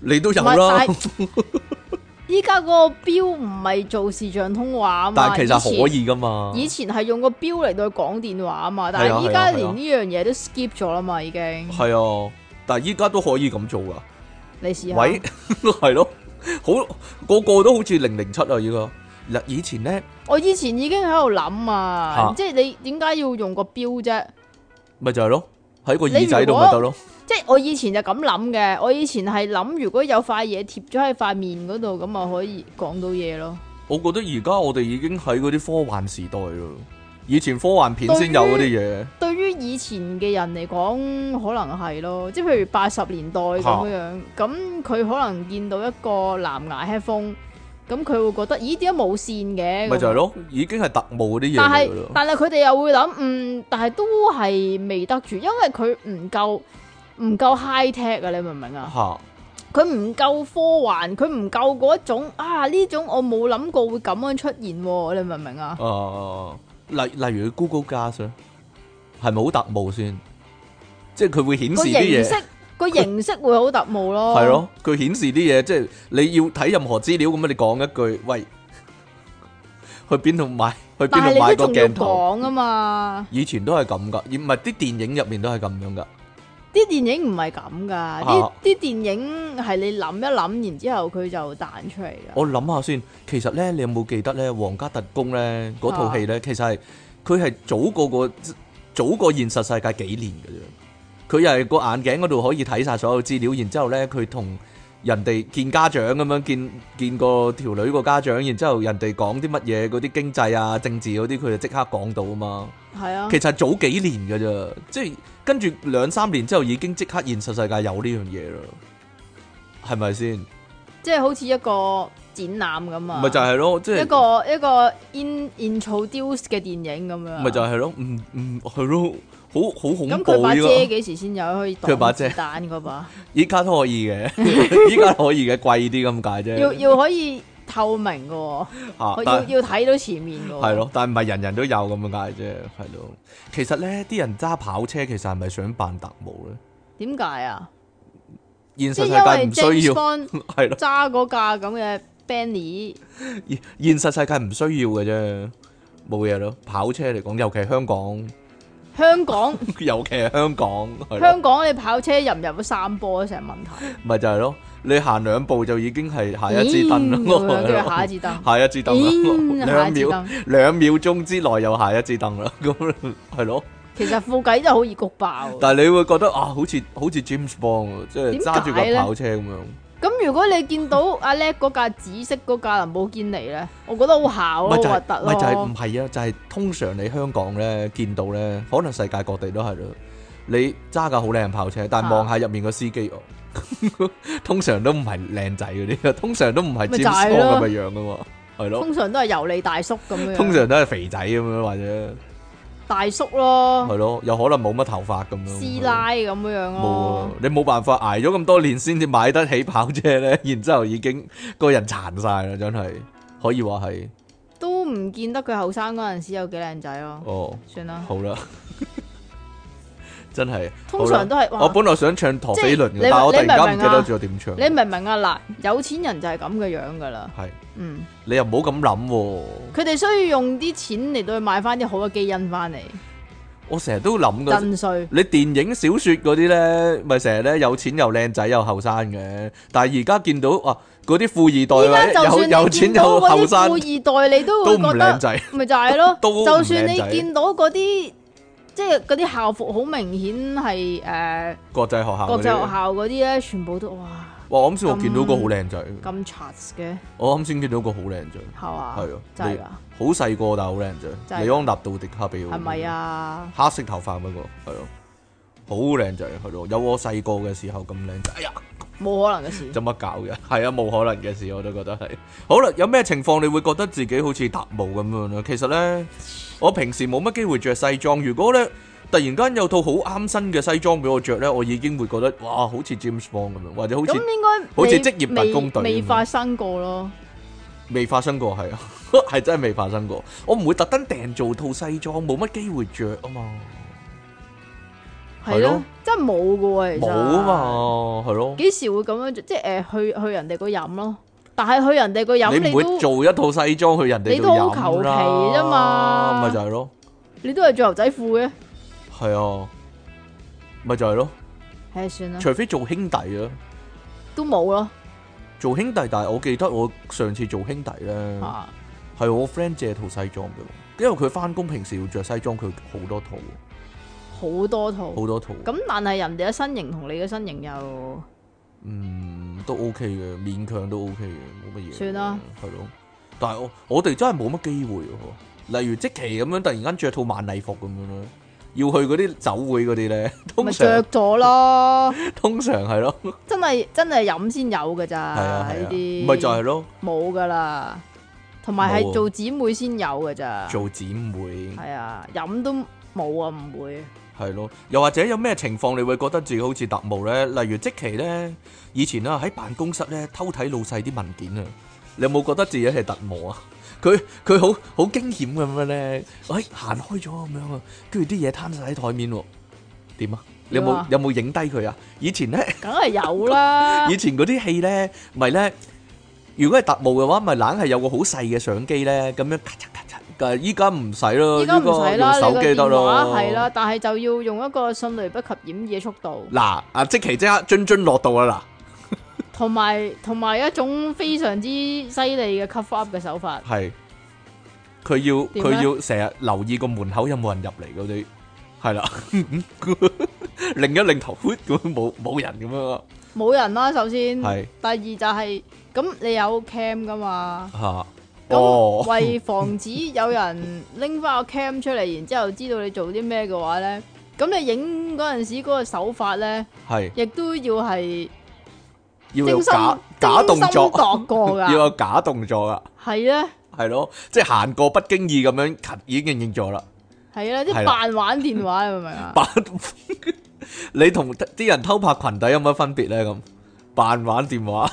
你都有啊唔啦係， 依家嗰個錶唔係做視像通話啊嘛， 但係其實可以噶嘛。以前。以前係用個錶嚟到講電話啊嘛，但係啊係依家係啊連呢樣嘢都 skip 咗啦嘛，已經。係啊，但係依家都可以咁做噶。你試下。喂， 係咯，好個個都好似零零七啊！依家嗱，以前咧我以前已經喺度諗嚇啊，即係你點解要用個錶啫？咪就係咯，喺個耳仔度咪得咯，即係我以前就咁諗嘅，我以前係諗如果有塊嘢貼咗喺塊面嗰度，咁咪可以講到嘢咯。我覺得而家我哋已經喺嗰啲科幻時代咯。以前科幻片先有嗰啲嘢，對於以前嘅人嚟講，可能係咯，即係譬如八十年代咁樣樣，咁佢可能見到一個藍牙 headphone，咁佢會覺得，咦點解冇線嘅？咪就係咁咯，已經係特務嗰啲嘢啊但嚟係㗎咯。但係佢哋又會諗，嗯，但係都係未得住，因為佢唔夠唔夠 high tech 啊！你明唔明啊？嚇佢唔夠科幻，佢唔夠嗰一種啊！呢種我冇諗過會咁樣出現喎，你明唔明啊？啊，例例如 Google Glass 咧，係咪好特務先？即係佢會顯示個啲嘢形。式個形式會好特務咯，系咯，佢顯示啲嘢，即係你要睇任何資料咁樣，你講一句，喂， 去邊度買？去但邊係度買你個都仲要鏡頭？講啊嘛，以前都係咁噶，而唔係啲電影入面都係咁樣噶。啲電影唔係咁啊噶，啲啲電影係你諗一諗，然之後佢就彈出嚟噶。我諗下先，其實咧，你有冇記得咧《皇家特工》咧嗰套啊戲咧？其實係佢係早過個早過現實世界幾年嘅啫。佢又係個眼鏡嗰度可以睇晒所有資料，然之後咧佢同人哋見家長咁樣見見個條女個家長，然之後人哋講啲乜嘢嗰啲經濟啊、政治嗰啲，佢就即刻講到啊嘛。係啊，其實係早幾年嘅啫，即係跟住兩三年之後已經即刻現實世界有呢樣嘢啦，係咪先？即係好似一個展覽咁啊，咪就係咯，即係一個一個 in introduce 嘅電影咁樣啊。咪就係咯，唔唔係咯，好好恐咁佢怖把依遮家，幾時先有可以佢把擋遮子彈嗰把？依家都可以嘅， 依家可以嘅，貴啲咁解要啫。要可以透明嘅喎，呃啊我要但要睇到前面嘅喎。係，咯，但唔係人人都有咁樣解啫，係咯。其實咧，啲人揸跑車其實係咪想扮特務咧？點解啊？現即實係世因界為唔需 James 要， Bond 係咯，揸嗰架咁嘅 Benny，現現實世界唔需要嘅啫，冇嘢咯。跑車嚟講，尤其係香港， 香港尤其係香港，係咯。香港你跑車入唔入到三波成問題，咪就係咯。你行兩步就已經係下一支燈咦咁樣跟住下啦一，支燈，下一支燈啦，咦下兩一支秒燈。兩秒鐘之內又下一支燈啦， 咁係咯。其實副計真係好易焗爆。但係你會覺得啊，好似好似 James Bond 喎即係點揸住解架呢跑車咁樣。咁如果你見到阿叻嗰架紫色嗰架林寶堅尼咧，我覺得好姣咪咯，就好核係突咪就係咯唔。係啊？就係通常你香港咧見到咧，可能世界各地都係咯。你揸架好靚跑車，但係啊望下入面個司機，哦 通常都唔係靚仔嗰啲，通常都唔係咪 James 就係 Bond 咁嘅咯樣噶嘛，係咯，通常都係油膩大叔咁樣，通常都係肥仔咁樣或者大叔咯，係咯，有可能冇乜頭髮咁樣。哦師奶咁樣冇咯啊，，你冇辦法捱咗咁多年先至買得起跑車咧， 然之後已經個人殘晒啦，真係可以話係都唔見得佢後生嗰陣時有幾靚仔咯。哦，算啦，好啦， 真係通常都係好啦我哇，本來想唱陀飛輪即嘅係，你但係我突你然間唔明唔記明啊得咗點唱，你明唔明啊？嗱，有錢人就係咁嘅樣噶啦，係嗯，你又唔好咁諗喎，佢哋需要用啲錢嚟到去買翻啲好嘅基因翻嚟，我成日都諗噶。真衰。你電影、小説嗰啲咧，咪成日咧有錢又靚仔又後生嘅，但係而家見到啊嗰啲富二依代家就或者有算有你錢見到又後嗰生啲富二代，你都都會唔覺靚得。仔，，咪就係咯 都唔就算靚仔你見到嗰啲，即係嗰啲校服好明顯係誒國際學校國嗰啲際學。校嗰啲咧，全部都哇哇！我啱先我見到個好靚仔，咁 chas 嘅，我啱先見到個好靚仔，係嘛？係啊真係㗎，好細個但係好靚真仔，係㗎李安納度迪卡比奧係咪？啊？黑色頭髮嗰個係咯，好靚仔係咯，有我細個嘅時候咁靚仔，哎呀，冇可能嘅事，做乜搞嘅？ 係啊，冇可能嘅事，我都覺得係。好啦，有咩情況你會覺得自己好似特務咁樣咧？其實咧，我平時冇乜機會着西裝，如果咧突然間有套好啱身嘅西裝俾我着咧，我已經會覺得哇，好似 James Bond 咁樣，或者好咁似應該好似未職業特工隊未未咁樣發生過咯，未發生過，係啊， 係真係未發生過。我唔會特登訂做套西裝，冇乜機會着啊嘛，係係咯咯，真係冇嘅喎，其冇實啊嘛，，係咯。幾時會咁樣做？即係誒去去人哋個飲咯，但係去人哋個飲你唔會都做一套西裝去人哋你度都飲好求其啦啫嘛咪就係咯，你都係着牛仔褲嘅，係啊，咪就係咯。唉算啦，除非做兄弟啊，都冇咯做兄弟，但係我記得我上次做兄弟咧，嚇，係我 friend 借套西裝俾我，因為佢翻工平時要着西裝，佢好多套，好多套。好多套，咁但係人哋嘅身形同你嘅身形又嗯，都 OK 嘅，勉強都 OK 嘅，冇乜嘢。算啦，係咯。但係我我哋真係冇乜機會喎。例如即期咁樣，突然間着套晚禮服咁樣咯，要去嗰啲酒會嗰啲咧，通咪着常咗咯，通常係咯，係真係真係飲先有㗎咋啊係呢啊，啲，咪就係咯，冇㗎啦，同埋冇啊係做姊妹先有㗎咋，做姊妹係啊，飲都冇啊，唔會係咯，又或者有咩情況你會覺得自己好似特務咧？例如即期咧，以前啊喺辦公室咧偷睇老細啲文件啊，你有冇覺得自己係特務啊？ 佢佢好好驚險咁樣咧，哎行開咗咁樣啊，跟住啲嘢攤晒喺台面喎，點啊？你有點冇啊有冇影低佢啊？以前咧，梗係 有啦以，前嗰啲戲咧，咪咧，如果係特務嘅話，咪懶係有個好細嘅相機咧，咁樣咔嚓咔嚓。但係依家唔使咯，依家唔依家使啦，用你手個機得電話咯，係啦，但係就要用一個迅雷不及掩耳嘅速度，嗱，阿即奇即刻津津樂道啊！同埋同埋一種非常之犀利嘅 cover up 嘅手法嗱，，係佢要點佢咧要成日留意個門口有冇人入嚟嗰啲，係啦， 擰一擰頭， 咁冇冇人咁樣啊，冇人啦首先。係第二就係、咁，你有 cam 噶嘛？吓 咁、哦，為防止有人拎翻個 cam 出嚟，然之後知道你做啲咩嘅話咧，咁你影嗰陣時嗰個手法咧，係亦都要係要有精心假假動精心作，度 過要㗎，有假動作啊，係咧係咯，即係行過不經意咁樣，咳已經認咗啦。係咧，係啦啲扮玩電話你明唔明啊？扮 你同啲人偷拍裙底有乜分別咧？咁扮玩電話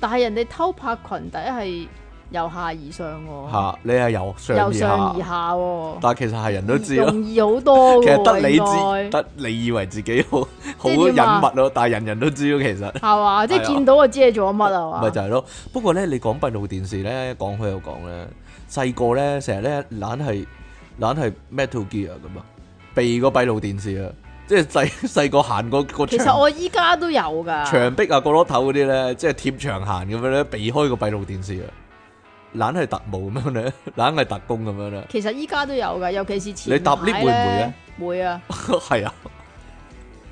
但係人哋偷拍裙底係由下而上喎，吓，你係由上由而上下而。下喎，但係其實係人都知咯，容易好多嗯喎。其實得你應知，該得你以為自己好 好即係隱點啊密咯，但係人人都知咯，其實係嘛？即係係啊見到就知你做咗乜啊嘛？咪就係咯。不過咧，你講閉路電視咧，講開又講咧，細個咧成日咧懶係懶係 Metal Gear 咁啊，避個閉路電視啊，即係細 細個行過個其實牆我依家都有噶，牆壁啊、角落頭嗰啲咧，即係貼牆行咁樣咧，避開個閉路電視啊，懶係特務咁樣咧， 懶係特工咁樣咧，其實依家都有噶，尤其是前你搭 lift 會唔會咧啊？會啊， 係啊，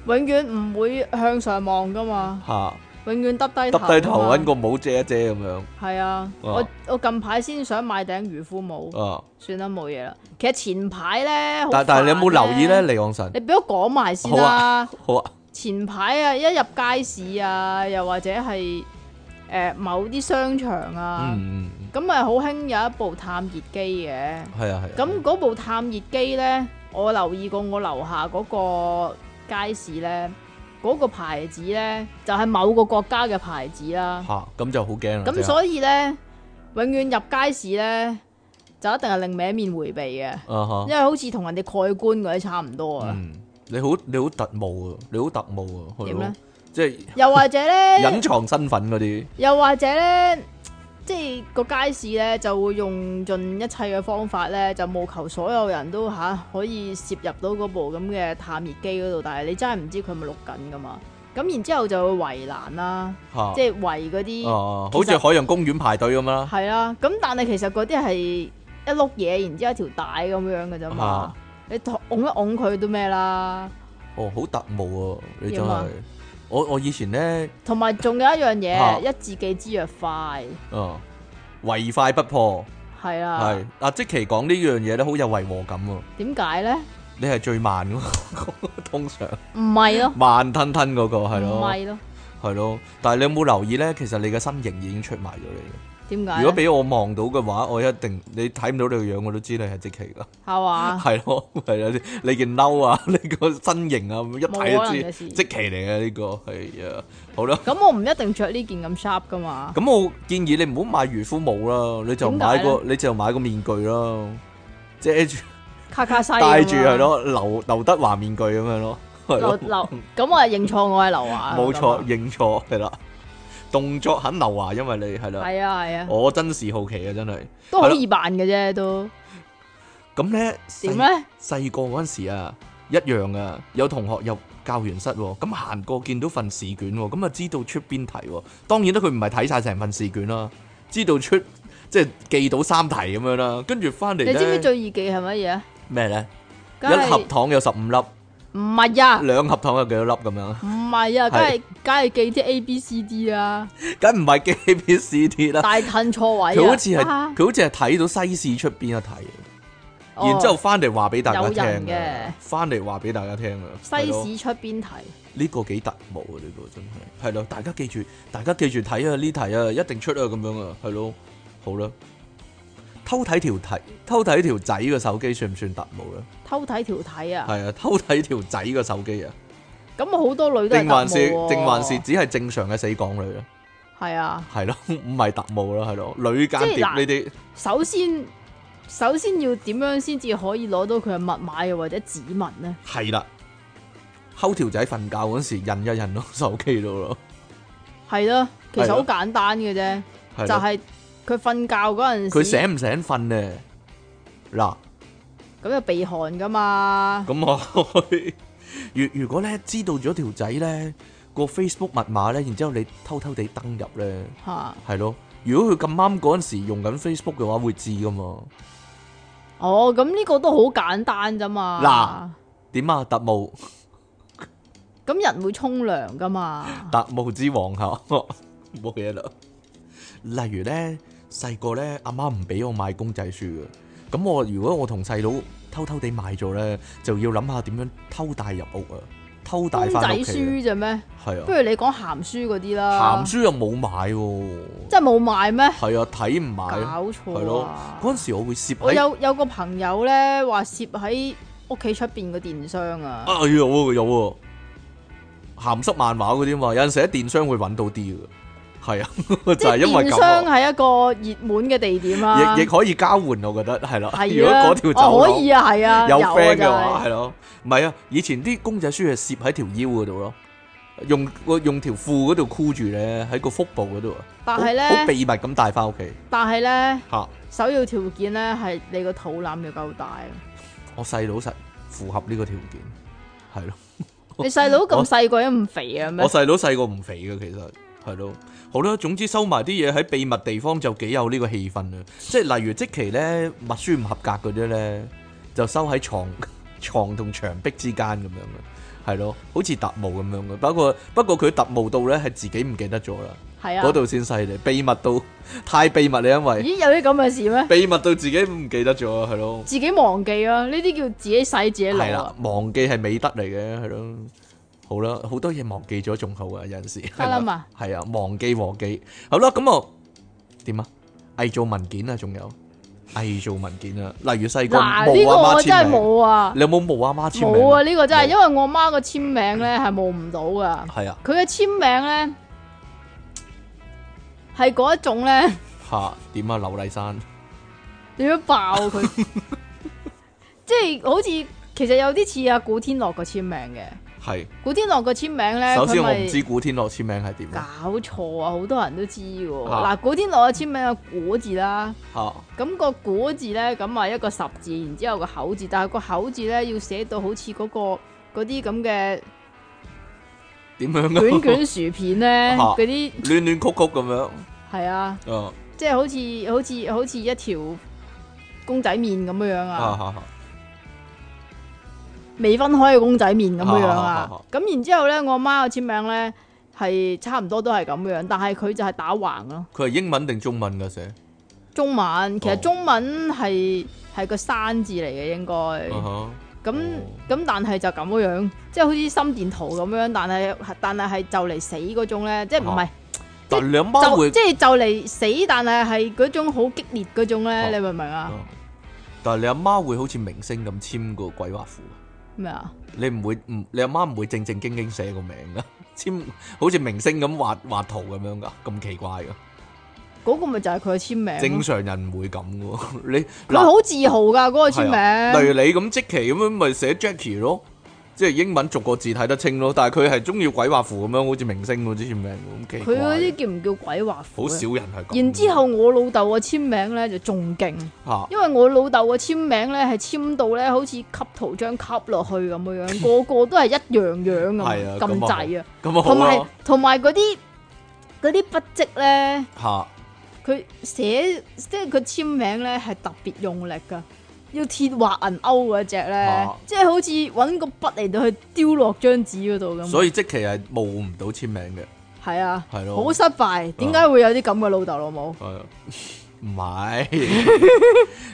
永遠唔會向上望噶嘛，嚇，永遠耷低耷低頭啊嘛揾個帽遮一遮咁樣係啊，我我近排先想買頂漁夫帽，啊。算啦冇嘢啦。其實前排咧，好但但係你有冇煩留意咧，？離岸神？你俾我講埋先好啦。好啊，前排啊，一入街市啊，又或者係诶、呃某啲商場啊，嗯嗯嗯，咁咪好興有一部探熱機嘅。係啊係啊。咁嗰部探熱機呢，我留意過我樓下嗰個街市呢，嗰、個牌子呢，就係、某個國家嘅牌子啦。吓，咁就好驚啦。咁所以呢，永遠入街市呢，就一定係另歪面迴避嘅，啊哈因，為好似同人哋蓋棺嗰啲差唔多啊。嗯，你好你好特務啊，你好特務啊，係點咯呢，即係又或者呢隱，藏身份嗰啲，又或者呢，即係個街市呢，就會用盡一切嘅方法呢，就務求所有人都吓、可以攝入到嗰部咁嘅探熱機嗰度，但係你真係唔知佢係咪錄緊噶嘛。咁然之後就會圍欄啦，吓，即係圍嗰啲。哦，其好實似海洋公園排隊咁啦，系啦，咁但系其實嗰啲係一碌嘢，然之後一條帶咁樣嘅啫嘛啊。你托拱一拱佢都咩啦？哦，好特務啊，你真點啊係，我我以前咧，同埋仲有一樣嘢，啊一字記之曰快，啊，唯快不破，係啦。係阿即其講呢樣嘢咧，好有違和感啊，點解咧？你係最慢噶， 通常唔係咯，慢吞吞嗰個係唔咯，係咯，係咯，但係你有冇留意咧？其實你嘅身形已經出賣咗你。點解呢？如果俾我望到嘅話，我一定你睇唔到你個樣，我都知你係即奇噶，係嘛，係咯，係啊，你件褸啊， 你個身形啊，一冇可睇能就嘅知事即奇嚟嘅呢個係啊，好啦，咁我唔一定着呢件咁 sharp 噶嘛。咁我建議你唔好買漁夫帽啦，你就點解買呢個你就買個面具啦，遮住卡卡西咁啊戴住係，咯，劉劉德華面具咁樣咯，係劉咯，劉咁我係認錯我係啊劉華。冇錯，，認錯係啦，動作很劉華，因為你係啦，係啊係啊，我真是好奇啊，真係，都好易扮嘅啫，都咁咧點啊咧？細個嗰陣時啊，一樣啊，有同學入教員室喎，咁行過見到份試卷喎，咁啊知道出邊題喎。當然啦，佢唔係睇晒成份試卷啦，知道出即係記到三題咁樣啦。跟住翻嚟你知唔知咧最易記係乜嘢啊？咩咧？梗一盒係糖有十五粒，唔係啊？兩盒糖有幾多粒咁 樣？唔係係啊，梗係梗係記啲 A B C D 啊，梗唔係記 A B C D 啦，大褪錯位啊佢好似係啊佢好似係睇到西市出邊一題，哦然之後翻嚟話俾大家有聽人嘅嘅，翻嚟話俾大家聽啊，係咯西史出邊題，呢個幾特務啊！呢、個真係係咯，大家記住，大家記住睇啊！呢題啊，一定出啊！咁樣啊，係咯，好啦，偷睇條睇，偷睇條仔個手機算唔算特務咧？偷睇條睇啊，係啊， 偷睇條仔個手機啊，咁好多女都係定特還是務喎定還是只係正常嘅死港女咧？係啊？係咯， 唔係特務啦，係咯，女間諜即係嗱呢啲首先首先要點樣先至可以攞到佢嘅密碼又或者指紋呢？係啦，偷條仔瞓覺嗰時印一印咯，手機度咯，係咯，其係實咯好簡單嘅啫，係就啦，係佢瞓覺佢嗰陣時，醒唔醒瞓咧？嗱。咁就鼻鼾噶嘛，咁我 如如果咧知道咗條仔咧個 Facebook 密碼咧，然之後你偷偷地登入咧，吓係咯。如果佢咁啱嗰陣時用緊 Facebook 嘅話，會知噶嘛？哦，咁呢個都好簡單咋嘛，點啊？特務 嗱，咁人會沖涼噶嘛，特務之王嚇， 冇嘢啦。例如咧，細個咧，阿媽唔俾我買公仔書嘅，咁我如果我同細佬偷偷地買咗咧，就要諗下點樣偷帶入屋啊，偷帶公仔翻屋企書啫咩？啊，係不啊。如啊你講鹹書嗰啲啦，鹹書又冇買喎。真係冇賣咩？係啊，睇唔買啊，搞係錯咯哎啊。！嗰陣時我會攝我喺，有有個朋友咧話攝喺屋企出邊個電箱啊，啊有喎有喎，鹹濕漫畫嗰啲嘛，有陣時喺電商會揾到啲嘅，係啊， 就即係係因為電咁箱啊，係一個熱門嘅地點啊，亦亦可以交換，我覺得係啦。如係果啊嗰，條走哦可廊以啊，係啊，有啊 friend 嘅真係話，係咯，唔係啊，以前啲公仔書係攝喺條腰嗰度咯，用個用條褲嗰度箍住咧，喺個腹部嗰度啊，但好係好咧，秘密咁帶翻屋企但係咧，嚇。首要條件咧係你個肚腩要夠大，啊我細佬實符合呢個條件，係咯，你細佬咁細個都咁肥啊？咩我？細佬細個唔肥嘅，其實係咯，好啦，總之收埋啲嘢喺秘密地方就幾有呢個氣氛啊！即係例如即期咧默書唔合格嗰啲咧，就收喺 床床同牆壁之間咁樣嘅，係咯，好似特務咁樣嘅。不過不過佢特務到咧係自己唔記得咗啦，係啊嗰？度先犀利，秘密到 太秘密啦，因為咦，有啲咁嘅事咩？秘密到自己唔記得咗啊，係咯。自己忘記啊！呢啲叫自己洗自己係腦啦啊！，忘記係美德嚟嘅，係咯。好啦，好多嘢忘記咗仲好啊，有陣時係得 啦嘛，係啊，忘記忘記。好啦，咁啊點啊？偽造文件啊，仲有偽造文件啊，例如細個嗱，呢冇個阿媽我真簽係名，冇啊！你有冇冇阿媽簽名？冇啊！呢個真係，冇因為我媽個簽名咧係冇唔到噶，係啊，佢嘅簽名咧係嗰一種咧，吓點啊？劉麗珊你要爆佢，即係好似其實有啲似阿古天樂個簽名嘅。係。古天樂個簽名咧，首先佢我唔咪知古天樂簽名係點啊，搞錯啊！好多人都知喎。啊嗱，古天樂嘅簽名有果字啦，吓咁個果字咧咁啊一個十字，然之後個口字，但係個口字咧要寫到好似嗰個嗰啲咁嘅點樣卷 啊？卷薯片咧，啊嗰啲亂亂曲曲咁係啊，樣，啊即係好似好似好似一條公仔面咁樣樣啊啊，嚇嚇未分開嘅公仔面咁樣樣啊啊啊啊啊。咁然之後咧，我媽個簽名咧係差唔多都係咁樣，但係佢就係打橫咯。佢係英文定中文㗎寫？中文其哦實中文係係個山字嚟嘅應該，啊哈咁哦咁但係就咁樣，即係好似心電圖咁樣，但係但係係就嚟死嗰種咧，即係唔啊係但兩媽就會即係就嚟死，但係係嗰種好激烈嗰種哦咧，你明唔明啊？哦但係你阿媽會好似明星咁簽個鬼畫符，咩啊？你唔會唔你阿媽唔會正正經經寫個名噶， 簽好似明星咁畫畫圖咁樣噶，咁奇怪啊噶，嗰個咪就係佢嘅簽名正咯，常人唔會咁噶。 你佢好自豪噶嗰個簽係啊例名，如你咁即期咁樣咪寫 Jackie 咯，即係英文逐個字睇得清咯，但係佢係中意鬼畫符咁樣，好似明星嗰啲簽名咁奇怪。佢嗰啲叫唔叫鬼畫符好咧？少人係咁。然之後我老豆個簽名咧就仲勁，嚇因為我老豆個簽名咧係簽到咧好似吸圖章吸落去咁樣 樣，個個都係一樣樣係啊咁咁咁啊滯啊，咁啊好同埋啦同埋嗰啲嗰啲筆跡咧。嚇佢寫即係佢簽名咧係特別用力噶，要鐵畫銀勾嗰只咧啊，即係好似揾個筆嚟到去雕落張紙嗰度咁。所以以即期係冒唔到簽名嘅。係啊，係咯好失敗。點解會有啲咁嘅老豆老母？係啊 唔係，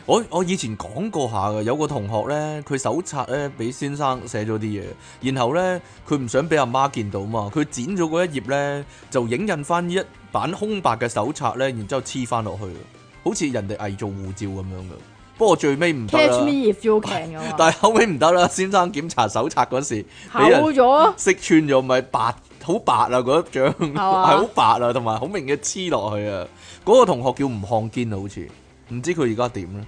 我我以前講過下嘅，有個同學咧，佢手冊咧俾先生寫咗啲嘢，然後咧佢唔想俾阿媽見到嘛，佢剪咗嗰一頁咧，就影印翻一版空白嘅手冊咧，然之後黐翻落去，好似人哋偽造護照咁樣嘅。不過最尾唔得啦，Catch me if you can 咁啊，但係後尾唔 得啦，先生檢查手冊嗰時俾人厚 咗識穿咗，咪白好白啊嗰一張， 係嘛好白啊，同埋好明嘅黐落去啊！嗰、個同學叫吳漢堅啊，好似唔知佢而家點咧？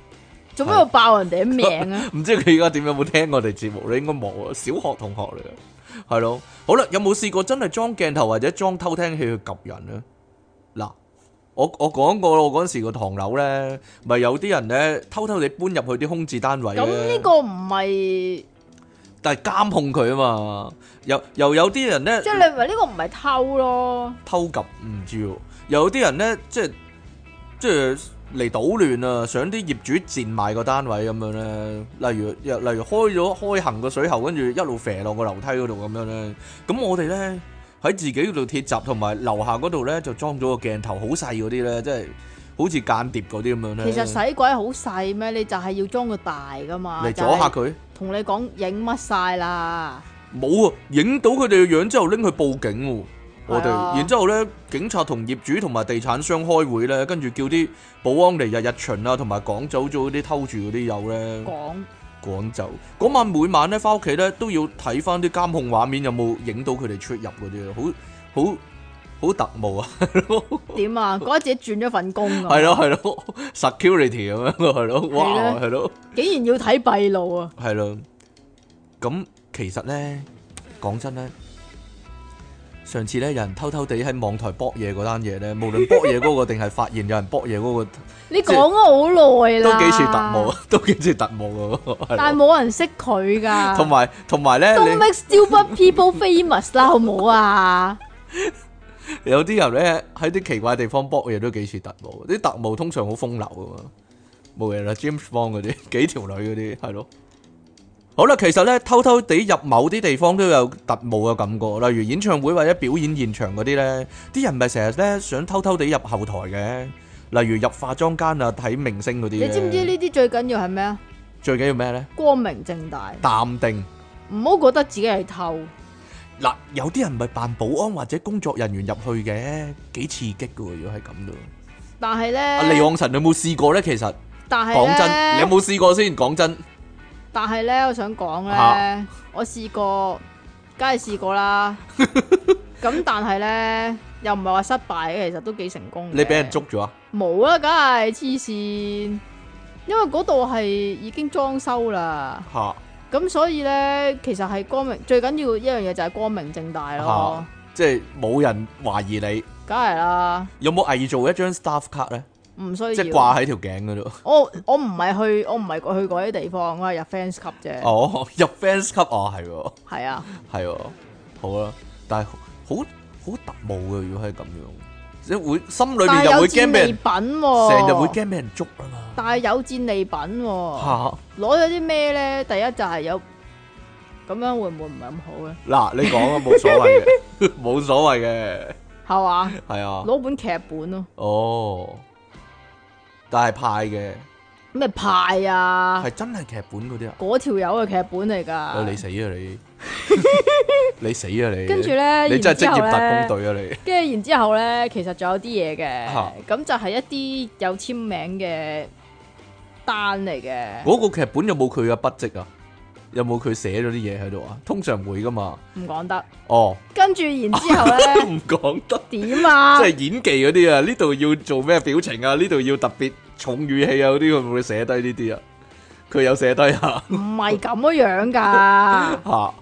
做咩要爆人哋啲名啊？唔知佢而家點有冇聽我哋節目咧？應該冇啊，小學同學嚟嘅，係咯。好啦，有冇試過真係裝鏡頭或者裝偷聽器去及人咧？嗱，我我講過咯，我嗰陣時個唐樓咧，咪有啲人咧偷偷地搬入去啲空置單位咁咧呢個唔係但係監控佢啊嘛，又又有啲人咧即。係你咪呢個唔係偷咯？偷及唔知喎，有啲人咧即係即係嚟搗亂啊，想啲業主賤賣個單位咁樣咧，例如又例如開咗開行個水喉，跟住一路射落個樓梯嗰度咁樣咧，咁我哋咧喺自己嗰度鐵閘同埋樓下嗰度咧就裝咗個鏡頭，好細嗰啲咧，即係好似間諜嗰啲咁樣咧。其實使鬼好細咩？你就係要裝個大噶嘛，嚟就阻係嚇佢，同你講影乜晒啦。冇啊！影到佢哋嘅樣之後拎去報警喎。我哋，係啊然之後咧，警察同業主同埋地產商開會咧，跟住叫啲保安嚟日日巡啊，同埋趕走咗啲偷住嗰啲友咧，講趕走。嗰晚每晚咧，翻屋企咧都要睇翻啲監控畫面，有冇影到佢哋出入嗰啲啊，好好好特務啊，點 啊？覺得自己轉咗份工啊！係，咯係咯，security 咁樣係咯，哇係咧係咯。竟然要睇閉路啊！係咯，咁其實咧，講真咧，上次咧有人偷偷地喺網台搏嘢嗰單嘢咧，無論搏嘢嗰個定係發現有人搏嘢嗰個，你講咗好耐啦，都幾似特務，啊都幾似特務嘅喎係但咯。係冇人識佢噶。 同埋同埋咧， Don't 你 make stupid people famous 啦，好唔好啊？有啲人咧喺啲奇怪地方搏嘢都幾似特務，啲特務通常好風流噶嘛，冇嘢啦，James Bond 嗰啲 幾條女嗰啲係咯。好啦，其實咧偷偷地入某啲地方都有特務嘅感覺，例如演唱會或者表演現場嗰啲咧，啲人咪成日咧想偷偷地入後台嘅，例如入化妝間啊睇明星嗰啲你咧。知唔知呢啲最緊要係咩啊？最緊要咩咧？光明正大，淡定。唔好覺得自己係偷。嗱，有啲人咪扮保安或者工作人員入去嘅，幾刺激噶喎！如果係咁咯，但係阿李咧，昂臣你有冇試過咧？其實但係啊講真，你有咧，冇試過先？講真，但係咧，我想講咧嚇，我試過，梗係試 過啦。咁但係咧，又唔係話失敗嘅，其實都幾成功嘅。你俾人捉咗啊？冇啦，梗係黐線，因為嗰度係已經裝修啦。嚇，咁所以咧，其實係光明最緊要一樣嘢就係啊光明正大咯嚇，即係冇人懷疑你。梗係啦，有冇偽造一張 staff 卡咧？唔需要。即係掛喺條頸嗰度。我我唔係去，我唔係去嗰啲地方，我係入 fans 級啫。哦，入 fans 級哦，係喎，係啊，係喎，好啦。但係好好特務嘅，如果係咁樣，即係會心裏面但係又有會戰驚俾利人品，喎，成日會。驚俾人捉啊嘛。但係有戰利品喎，嚇！攞咗啲咩咧？第一就係有，咁樣會唔會唔係咁好咧？嗱，你講啊，冇所謂 嘅，冇所謂嘅，係嘛？係啊，攞本劇本咯，哦，但係派嘅，咩派啊係？真係劇本嗰啲啊，嗰條友嘅劇本嚟哎你㗎。死啊 你，你死啊你，跟住咧，你真係然職之後業咧特工隊啊你，跟住然之後咧，其實仲有啲嘢嚇嘅，咁就係一啲有簽名嘅單嚟嘅，嗰個劇本有冇佢嘅筆跡啊？有冇佢寫咗啲嘢喺度啊？通常會噶嘛，唔講得。哦，跟住然之 後咧，唔講得，點啊即？係演技嗰啲啊，呢度要做咩表情啊，呢度要特別重語氣啊，嗰啲佢會唔會寫低呢啲啊？佢有寫低啊， 唔係咁樣㗎，吓，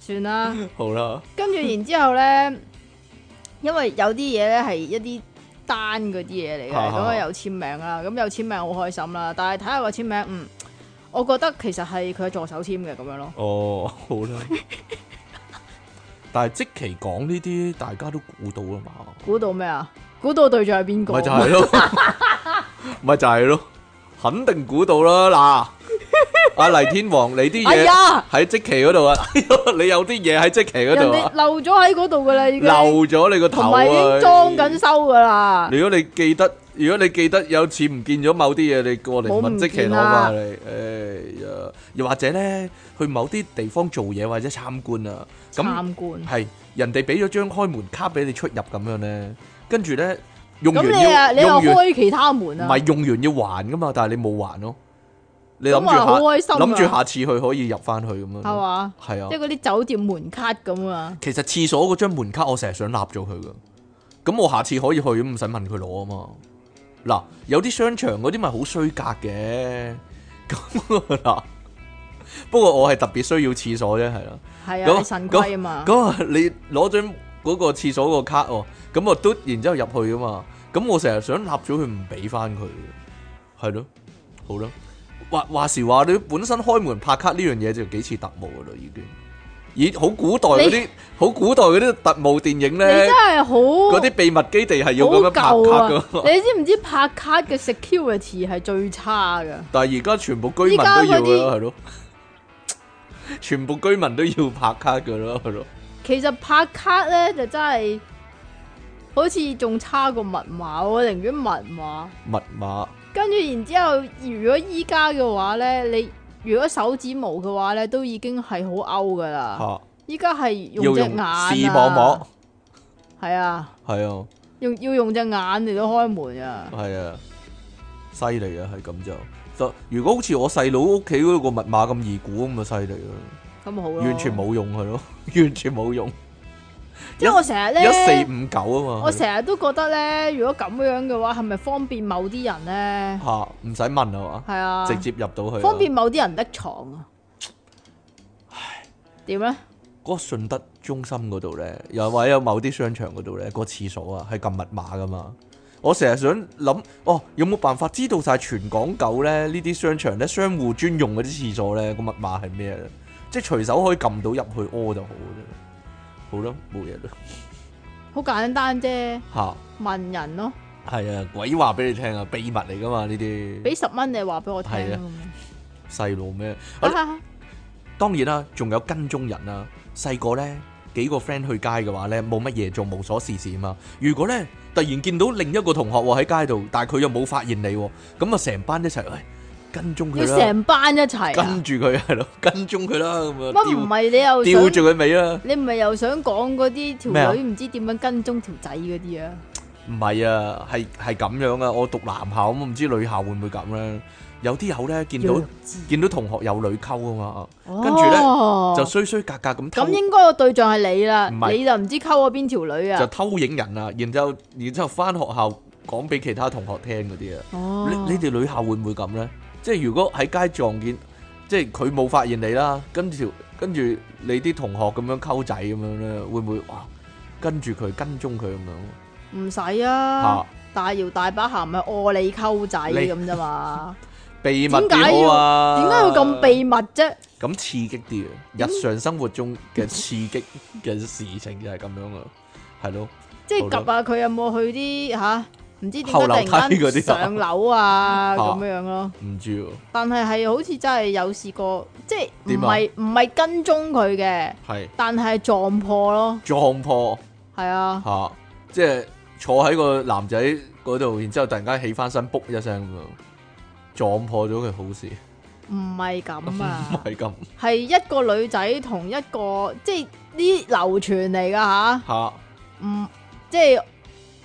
算啦。好啦，跟住然之後咧，因為有啲嘢咧係一啲單嗰啲嘢嚟嘅，啊咁啊有簽名啦，咁有簽名好開心啦。但係睇下個簽名，嗯，我覺得其實係佢嘅助手簽嘅咁樣咯。哦，好 啦。但係即期講呢啲，大家都估到啊嘛，估到咩啊？估到對象係邊個？咪就係咯，咪就係咯，肯定估到啦嗱。阿黎天王，你啲哎嘢呀！喺即期嗰度啊， 你有啲嘢喺即期嗰人度哋啊，漏咗喺嗰度噶啦，已經漏咗你個頭同啊！埋已經裝緊收噶啦，如果你記得，如果你記得有次唔見咗某啲嘢，你過嚟冇問唔即期攞見啦翻嚟。哎呀，又或者咧，去某啲地方做嘢或者參觀啊，咁。參觀。係人哋俾咗張開門卡俾你出入咁樣咧，跟住咧用咁完你要啊，你又用完開其他門唔啊？係用完要還噶嘛，但係你冇還咯。你諗住咁啊好開下心啊諗住下次去可以入翻去咁樣係咯，嘛？係即係啊。嗰啲酒店門卡咁啊，其實廁所嗰張門卡我成日想立咗佢噶，咁我下次可以去咁唔使問佢攞啊嘛。嗱，有啲商場嗰啲咪好衰格嘅，咁 嗱。不過我係特別需要廁所啫，係啦。係咁啊，你神龜啊嘛，咁啊，你攞張嗰個廁所個卡喎，咁我嘟，然之後入去噶嘛，咁我成日想立咗佢唔俾翻佢嘅，係咯，好咯。話話時話你本身開門拍卡呢樣嘢就幾似特務噶啦，已經。咦，好古代嗰啲，好古代嗰啲特務電影你咧真，係好嗰啲秘密基地係要咁樣拍好卡噶舊嘛啊！。你知唔知拍卡嘅 security 係最差噶？但係而家全部居民都依家要嗰啲啦，係咯，全部居民都要拍卡噶啦，係咯。其實拍卡咧就真係好似仲差過密碼，我寧願密碼。密碼跟住然之後，如果依家嘅話咧，你如果手指模嘅話咧，都已經係好勾噶吓、啦。依家係要啊用隻眼啊用視網膜。係啊，係啊，用要用隻眼嚟到開門啊。係啊，犀利啊，係咁就就如果好似我細佬屋企嗰個密碼咁易估咁啊，犀利啦，咁好咯。完全。冇用係咯， 完全冇用，即係我成日一四咧，五九啊嘛，我成日都覺得咧，如果咁樣嘅話，係咪方便某啲人咧？吓唔使問啊係啊嘛，，直接入到去啊，方便某啲人匿藏啊。點咧？嗰個順德中心嗰度咧，又或者有某啲商場嗰度咧，個廁所啊係撳密碼噶嘛。我成日想諗，哦，有冇辦法知道晒全港九咧呢啲商場咧商戶專用嗰啲廁所咧個密碼係咩咧？即係隨手可以撳到入去哦屙就好嘅。好啦，冇嘢啦。好簡單啫，嚇、問人咯，係啊，鬼話俾你聽啊，秘密嚟噶嘛呢啲俾十蚊你話俾我聽係啊咁細路咩？樣。啊當然啦，仲有跟蹤人啦。細個呢，幾個 friend 去街嘅話呢，冇乜嘢做，無所事事啊嘛。如果呢，突然見到另一個同學喎喺街度，但係佢又冇發現你喎，咁啊成班一齊喂跟蹤要佢啦，成班一齊啊跟？住佢係咯， 跟蹤佢啦咁乜唔啊，係你又吊吊想住佢尾啦。你唔係又想講嗰啲咩啊條女唔知點樣跟蹤條仔嗰啲啊？唔係啊，係係咁樣啊。我讀男校咁，唔知女校會唔會咁呢？有啲友呢，見到弱智見到同學有女溝啊嘛，跟跟住呢就就衰衰格格咁偷哦咁應該個對象係你啦，唔係你就唔知溝咗邊條女就啊？偷影人啊，然之後然之後翻學校講俾其他同學聽嗰啲啊。哦，你你哋女校會唔會咁呢？即係如果喺街撞見，即係佢冇發現你啦，跟住跟住你啲同學咁樣溝仔咁樣呢，會唔會哇跟住佢跟蹤佢咁樣唔使啊，啊？大搖大把行咪餓你溝仔你咁啫嘛？秘密點解啲要好啊？點解要咁秘密啫？咁刺激啲啊！日常生活中嘅刺激嘅事情就係咁樣啊，係咯。即係好啦及下佢有冇去啲吓？唔知點後樓解梯突嗰然間啲啊上樓啊 啊咁樣樣咯？唔知喎，但係係好似真係有試過，即係唔點啊係唔係跟蹤佢嘅，係但係撞破咯，撞破。係啊。 吓、即係坐喺個男仔嗰度，然之後突然間起翻身，卜一聲咁樣撞破咗佢好事，唔係咁唔啊， 係咁係一個女仔同一個，即係呢流傳嚟噶吓吓，唔即係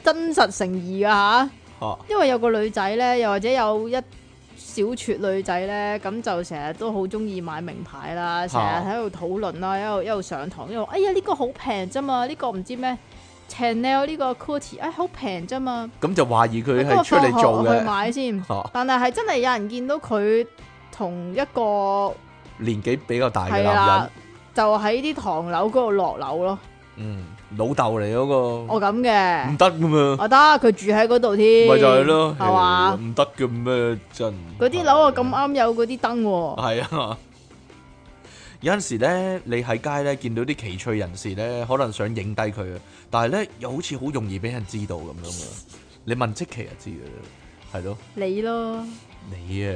真實誠意噶吓，吓因為有個女仔呢，又或者有一小撮女仔呢，咁就成日都好中意買名牌啦，成日喺度討論啦，一路一路上堂，一路哎呀呢個好平啫嘛，呢個唔知咩 Chanel 呢個 Gucci，哎好平啫嘛，咁就懷疑佢咁係我出嚟做放學去嘅買先，吓，但係係真係有人見到佢同一個。年紀比較大嘅係男啦人，，就喺啲唐樓嗰度落樓咯。嗯，老豆嚟嗰個我咁唔嘅，得噶嘛，我得佢住喺嗰度添，嗯咪就係咯，哦係嘛？唔得嘅咩真？嗰啲樓啊咁啱有嗰啲燈喎，係啊！有陣時咧，你喺街咧見到啲奇趣人士咧，可能想影低佢啊，但係咧又好似好容易俾人知道咁樣啊！你問即奇就知嘅啦，係咯，你咯，你啊，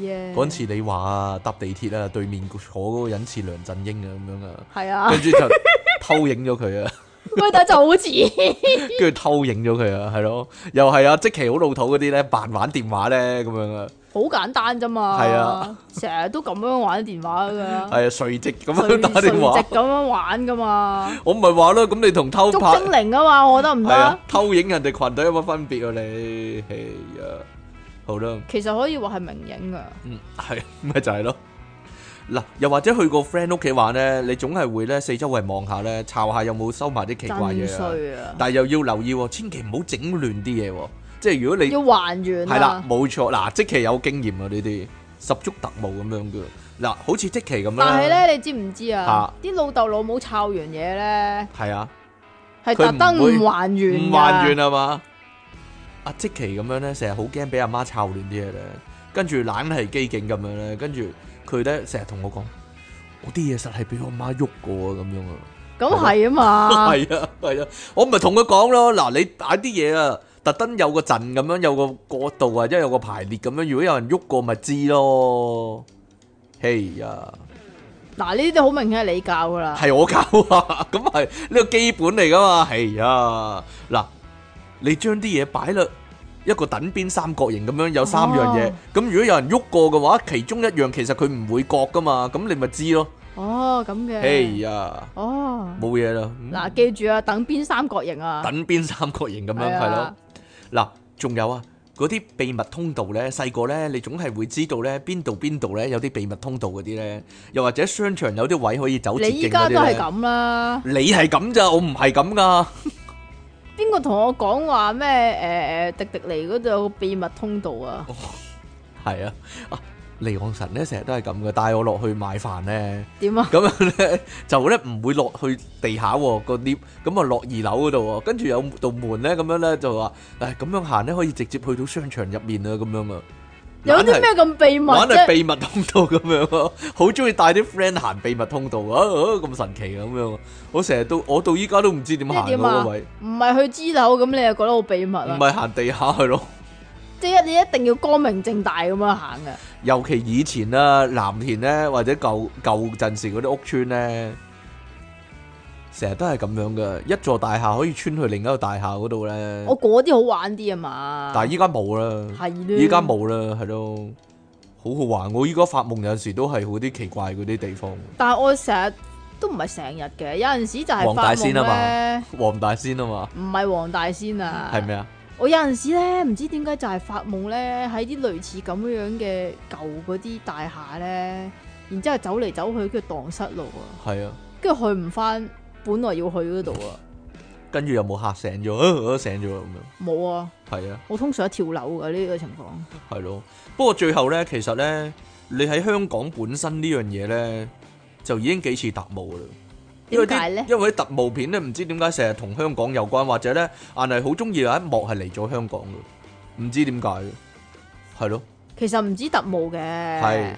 你啊，嗰陣次你話啊搭地鐵啊，對面坐嗰個人似梁振英啊咁樣啊，係啊，跟住就偷影咗佢 啊，喂，但就好似 跟住偷影咗佢啊，係咯，又係啊，即奇好老土嗰啲咧，扮玩電話咧咁樣啊，好簡單啫嘛，係啊，成日都咁樣玩電話噶，係啊，垂直咁哦垂樣打電話垂，直咁樣玩噶嘛，我唔係話咯，咁你同偷捉拍精。靈啊嘛，我覺得唔系啊得，，偷影人哋裙底有乜分別啊？你係啊，好啦，其實可以話係明影啊，嗯， 係咪就係咯？嗱，又或者去個 friend 屋企玩咧，你總係會咧四周圍望下咧，抄下有冇收埋啲奇真怪嘢啊！衰啊，但係又要留意喎，千祈唔好整亂啲嘢喎。即係如果你要還原係啦啊，，冇錯，嗱，即期有經驗啊，呢啲十足特務咁樣嘅。嗱，好似即期咁啦，但係，咧，你知唔知啊啊？啲老豆老母抄完嘢咧，係啊。佢係特唔登會唔還原㗎，唔還原啊嘛？阿即奇咁樣咧，成日好驚俾阿媽抄亂啲嘢咧，跟住懶係機警咁樣咧，跟住佢咧成日同我講，我啲嘢實係俾我媽喐過啊咁樣啊，咁係啊嘛， 係啊係啊，我咪同佢講咯，嗱你擺啲嘢啊，特登有個陣咁樣，有個角度啊，即係有個排列咁樣，如果有人喐過咪知咯，嘿呀！嗱呢啲都好明顯係你教噶啦，係我教啊， 咁係呢個基本嚟噶嘛，係啊，嗱，你將啲嘢擺啦，一個等邊三角形咁樣有三樣嘢，咁、哦如果有人喐過嘅話，其中一樣其實佢唔會覺噶嘛，咁你咪知咯，哦咁係嘅，啊，哦，冇嘢啦，嗯嗱記住啊，等邊三角形啊，等邊三角形咁樣係係咯啊。嗱，仲有啊，嗰啲秘密通道咧，細個咧，你總係會知道咧邊度邊度咧有啲秘密通道嗰啲咧，又或者商場有啲位可以走捷你徑依嗰家啲都係咧。咁啦，你係咁咋，我唔係咁噶。邊個同我講話哦咩？誒誒，迪迪尼嗰度有個秘密通道啊，係啊，啊離岸神咧成日都係咁嘅，帶我落去買飯咧，點啊？咁樣咧 就咧唔會落去地下喎個 lift，咁啊落二樓嗰度喎，跟住有道門咧咁樣咧就話，誒咁樣行咧可以直接去到商場入面啊咁樣啊，有啲懶係咩咁秘密玩係啫？秘密通道咁樣咯，好中意帶啲 friend 行秘密通道啊，啊咁神奇啊咁樣啊，我成日都我到依家都唔知點行即係嗰點啊個位，唔係去支樓咁，你又覺得好秘唔密啊？係行地下去咯。即係你一定要光明正大咁樣行啊嘅。尤其以前啦、藍田咧，或者舊舊陣時嗰啲屋村咧，成日都係咁樣嘅，一座大廈可以穿去另一個大廈嗰度咧。我嗰啲好玩啲啊嘛。嗯但係依家冇啦，係咧依家。冇啦，係咯，好好玩。我依家發夢有時都係好啲奇怪嗰啲地方。但係我成日都唔係成日嘅，有陣時就係黃發大仙啊夢嘛，黃大仙啊嘛，咧，唔係黃大仙啊，係咩啊？我有陣時咧，唔知點解就係發夢咧，喺啲類似咁樣嘅舊嗰啲大廈咧，然之後走嚟走去，跟住蕩失路啊，係啊，跟住去唔翻本來要去嗰度啊，跟住有冇嚇醒咗？啊啊醒咗咁樣，冇啊，係啊。我通常一跳樓嘅呢個情況，系咯，不過最後咧，其實咧，你喺香港本身呢樣嘢咧，就已經幾似特務噶啦。因為啲點解咧因為啲特務片咧，唔知點解成日同香港有關，或者咧，硬係好中意有一幕係嚟咗香港嘅，唔知點解嘅，係咯，其實唔止特務係嘅，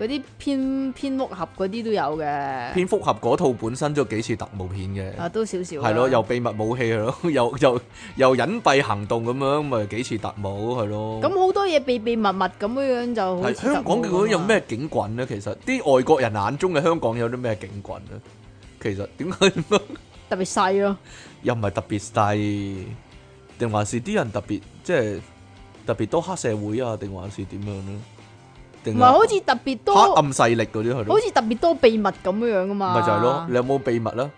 嗰啲蝙蝙蝠俠嗰啲都有嘅，蝙蝠俠嗰套本身都幾似特務片嘅。啊都少少啊，係咯，又秘密武器 咯，又又又隱蔽行動咁樣，咪幾似特務係咯。咁好多嘢秘秘密密咁樣樣就好係似香港嘅特務咁嗰啊啲有？咩警棍咧？其實啲外國人眼中嘅香港有啲咩警棍咧？其實點解特別細啊咯，又唔係特別細，定還是啲人特別即係特別多黑社會啊？定還是點樣咧？唔定係好似特別多，黑好暗勢力嗰啲係咯，似特啊別多秘密咁樣樣噶嘛，咪就係咯？你有冇秘密啦？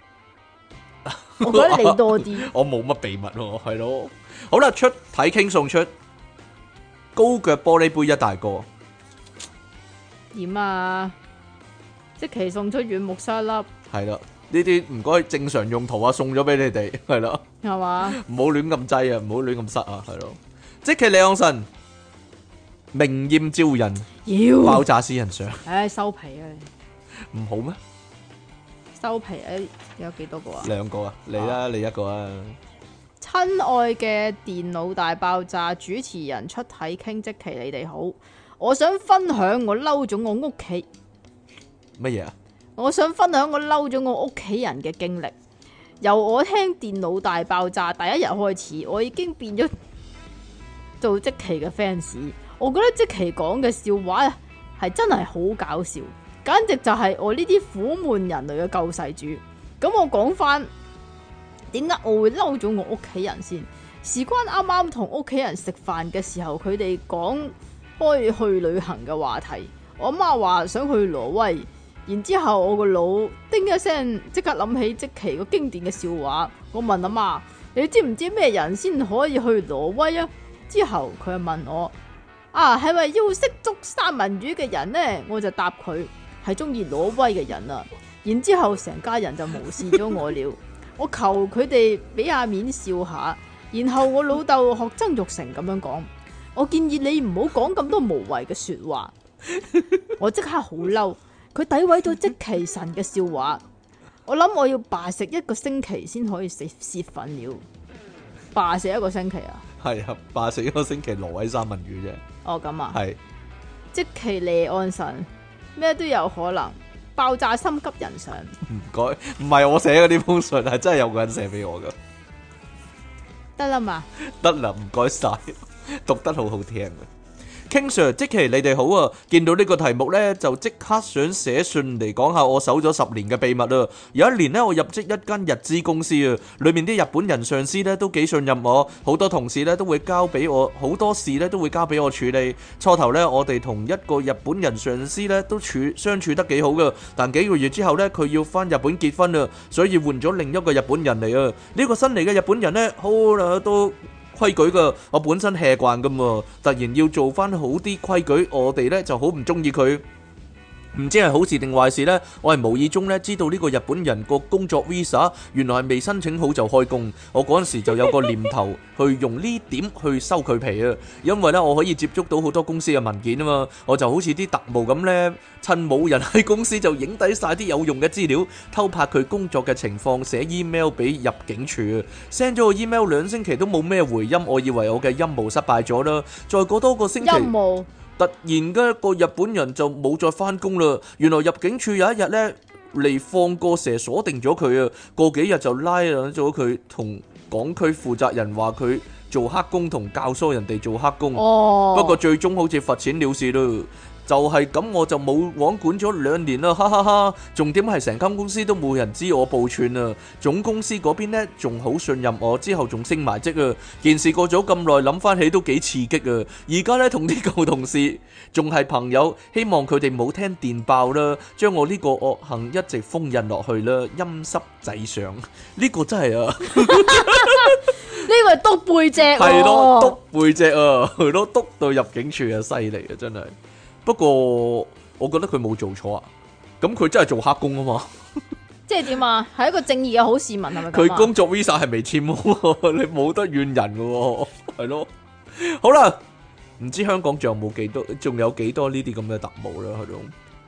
我覺得你多啲，我冇乜秘密喎，係咯。好啦，出體傾送出高腳玻璃杯一大個，點啊？即期送出軟木塞粒係啦。呢啲唔該正常用途啊，送咗俾你哋， 係啦。係嘛？唔好亂咁擠啊，唔好亂咁塞啊，係咯。即其李昂臣，明艳照人，爆妖，炸私人相，唉收皮啊！唔好咩？收皮啊！有幾多個啊？兩個啊，你啦，你一個啊，親愛嘅電腦大爆炸主持人出體傾即期，你哋好，我想分享我嬲咗我屋企。乜嘢啊？我想分享我嬲咗我屋企人嘅經歷。由我聽電腦大爆炸第一日開始，我已經變咗做即期嘅 fans。我覺得即期講嘅笑話係真係好搞笑，簡直就係我呢啲苦悶人類嘅救世主。咁我講翻點解我會嬲咗我屋企人先？事關啱啱同屋企人食飯嘅時候，佢哋講開去旅行嘅話題，我媽話想去挪威。然之後我個腦叮一聲，即刻諗起即其個經典嘅笑話。我問阿媽：你知唔知咩人先可以去挪威啊？之後佢就問我：啊，係咪要識捉三文魚嘅人呢？我就答佢係中意挪威嘅人啊。然之後成家人就無視咗我了。 我求佢哋俾下面笑下，然後我老豆學曾玉成咁樣講：我建議你唔好講咁多無謂嘅説話。我即刻好嬲。佢诋毁咗即其神嘅笑話，我諗我要罷食一個星期先可以泄泄憤了。罷食一個星期啊？係啊，霸死一個星期挪威三文魚啫，哦咁啊，係即其離岸神咩都有可能，爆炸心急人上。唔該，唔係我寫嘅呢封信，係真係有個人寫俾我噶，得啦嘛，得啦，唔該晒，讀得好好聽啊。King Sir，即其你哋好啊！見到呢個題目呢，就即刻想寫信嚟講下我守咗十年嘅秘密啦。有一年呢，我入職一間日資公司啊，裏面啲日本人上司呢都幾信任我，好多同事呢都會交俾我，好多事呢都會交俾我處理。初頭呢，我哋同一個日本人上司呢都處相處得幾好噶，但幾個月之後呢，佢要翻日本結婚啦，所以換咗另一個日本人嚟啊。呢個新嚟嘅日本人呢，好啦都。規矩噶，我本身 hea 慣噶嘛，突然要做翻好啲規矩，我哋呢就好唔中意佢。唔知係好事定壞事呢？我係無意中咧知道呢個日本人個工作 visa 原來係未申請好就開工，我嗰陣時就有個念頭去用呢點去收佢皮啊，因為呢，我可以接觸到好多公司嘅文件啊嘛，我就好似啲特務咁呢，趁冇人喺公司就影低晒啲有用嘅資料，偷拍佢工作嘅情況，寫 email 俾入境處啊，send 咗個 email 兩星期都冇咩回音，我以為我嘅陰謀失敗咗啦，再過多個星期。陰謀突然嘅一個日本人就冇再翻工啦。原來入境處有一日呢，嚟放個蛇鎖定咗佢啊，過幾日就拉咗佢，同港區負責人話佢做黑工同教唆人哋做黑工。哦。嗯 不過最終好似罰錢了事咯。就係咁，我就冇網管咗兩年啦，哈哈哈！重點係成間公司都冇人知我報串啊，總公司嗰邊呢仲好信任我，之後仲升埋職啊！件事過咗咁耐，諗翻起都幾刺激啊！而家呢，同啲舊同事仲係朋友，希望佢哋冇聽電爆啦，將我呢個惡行一直封印落去啦，陰濕仔上呢、個真係啊！呢個係督背脊喎。系咯，督背脊啊， 系咯，督到入境處啊，犀利啊，真係。不過我覺得佢冇做錯啊，咁佢真係做黑工啊嘛，即係點啊？係一個正義嘅好市民係咪咁啊佢工作 visa 係未簽喎， 你冇得怨人嘅喎，係咯。好啦，唔知香港仲有冇幾多，仲有幾多呢啲咁嘅特務啦，係咯。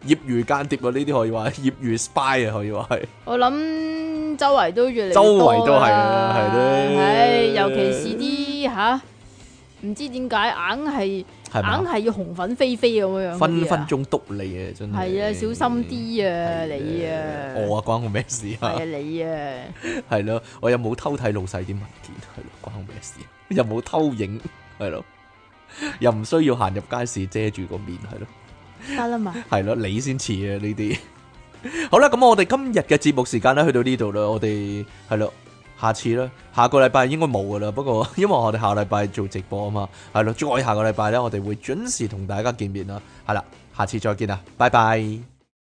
業餘間諜啊，呢啲可以話 係業餘 spy 啊，可以話係。我諗周圍都越嚟越周多圍都係啊啦係咧唉，尤其是啲吓，唔知點解硬係係硬咪啊？係要紅粉飛飛咁樣樣嗰啲啊。分分鐘督你啊，真係。係啊，小心啲啊，你啊，我啊，關我咩事係啊啊，？你啊，系咯，我有冇偷睇老細啲文件？系咯，關我咩事？ 又冇偷影，系咯，又唔需要行入街市遮住個面，系咯，得啦嘛，系咯，你先似啊呢啲。 好啦，咁我哋今日嘅節目時間咧去到呢度啦，我哋係咯，下次啦，下個禮拜應該冇噶啦，不過 因為我哋下禮拜做直播啊嘛，係咯，再下個禮拜咧我哋會準時同大家見面啦，係啦，下次再見啦，拜拜。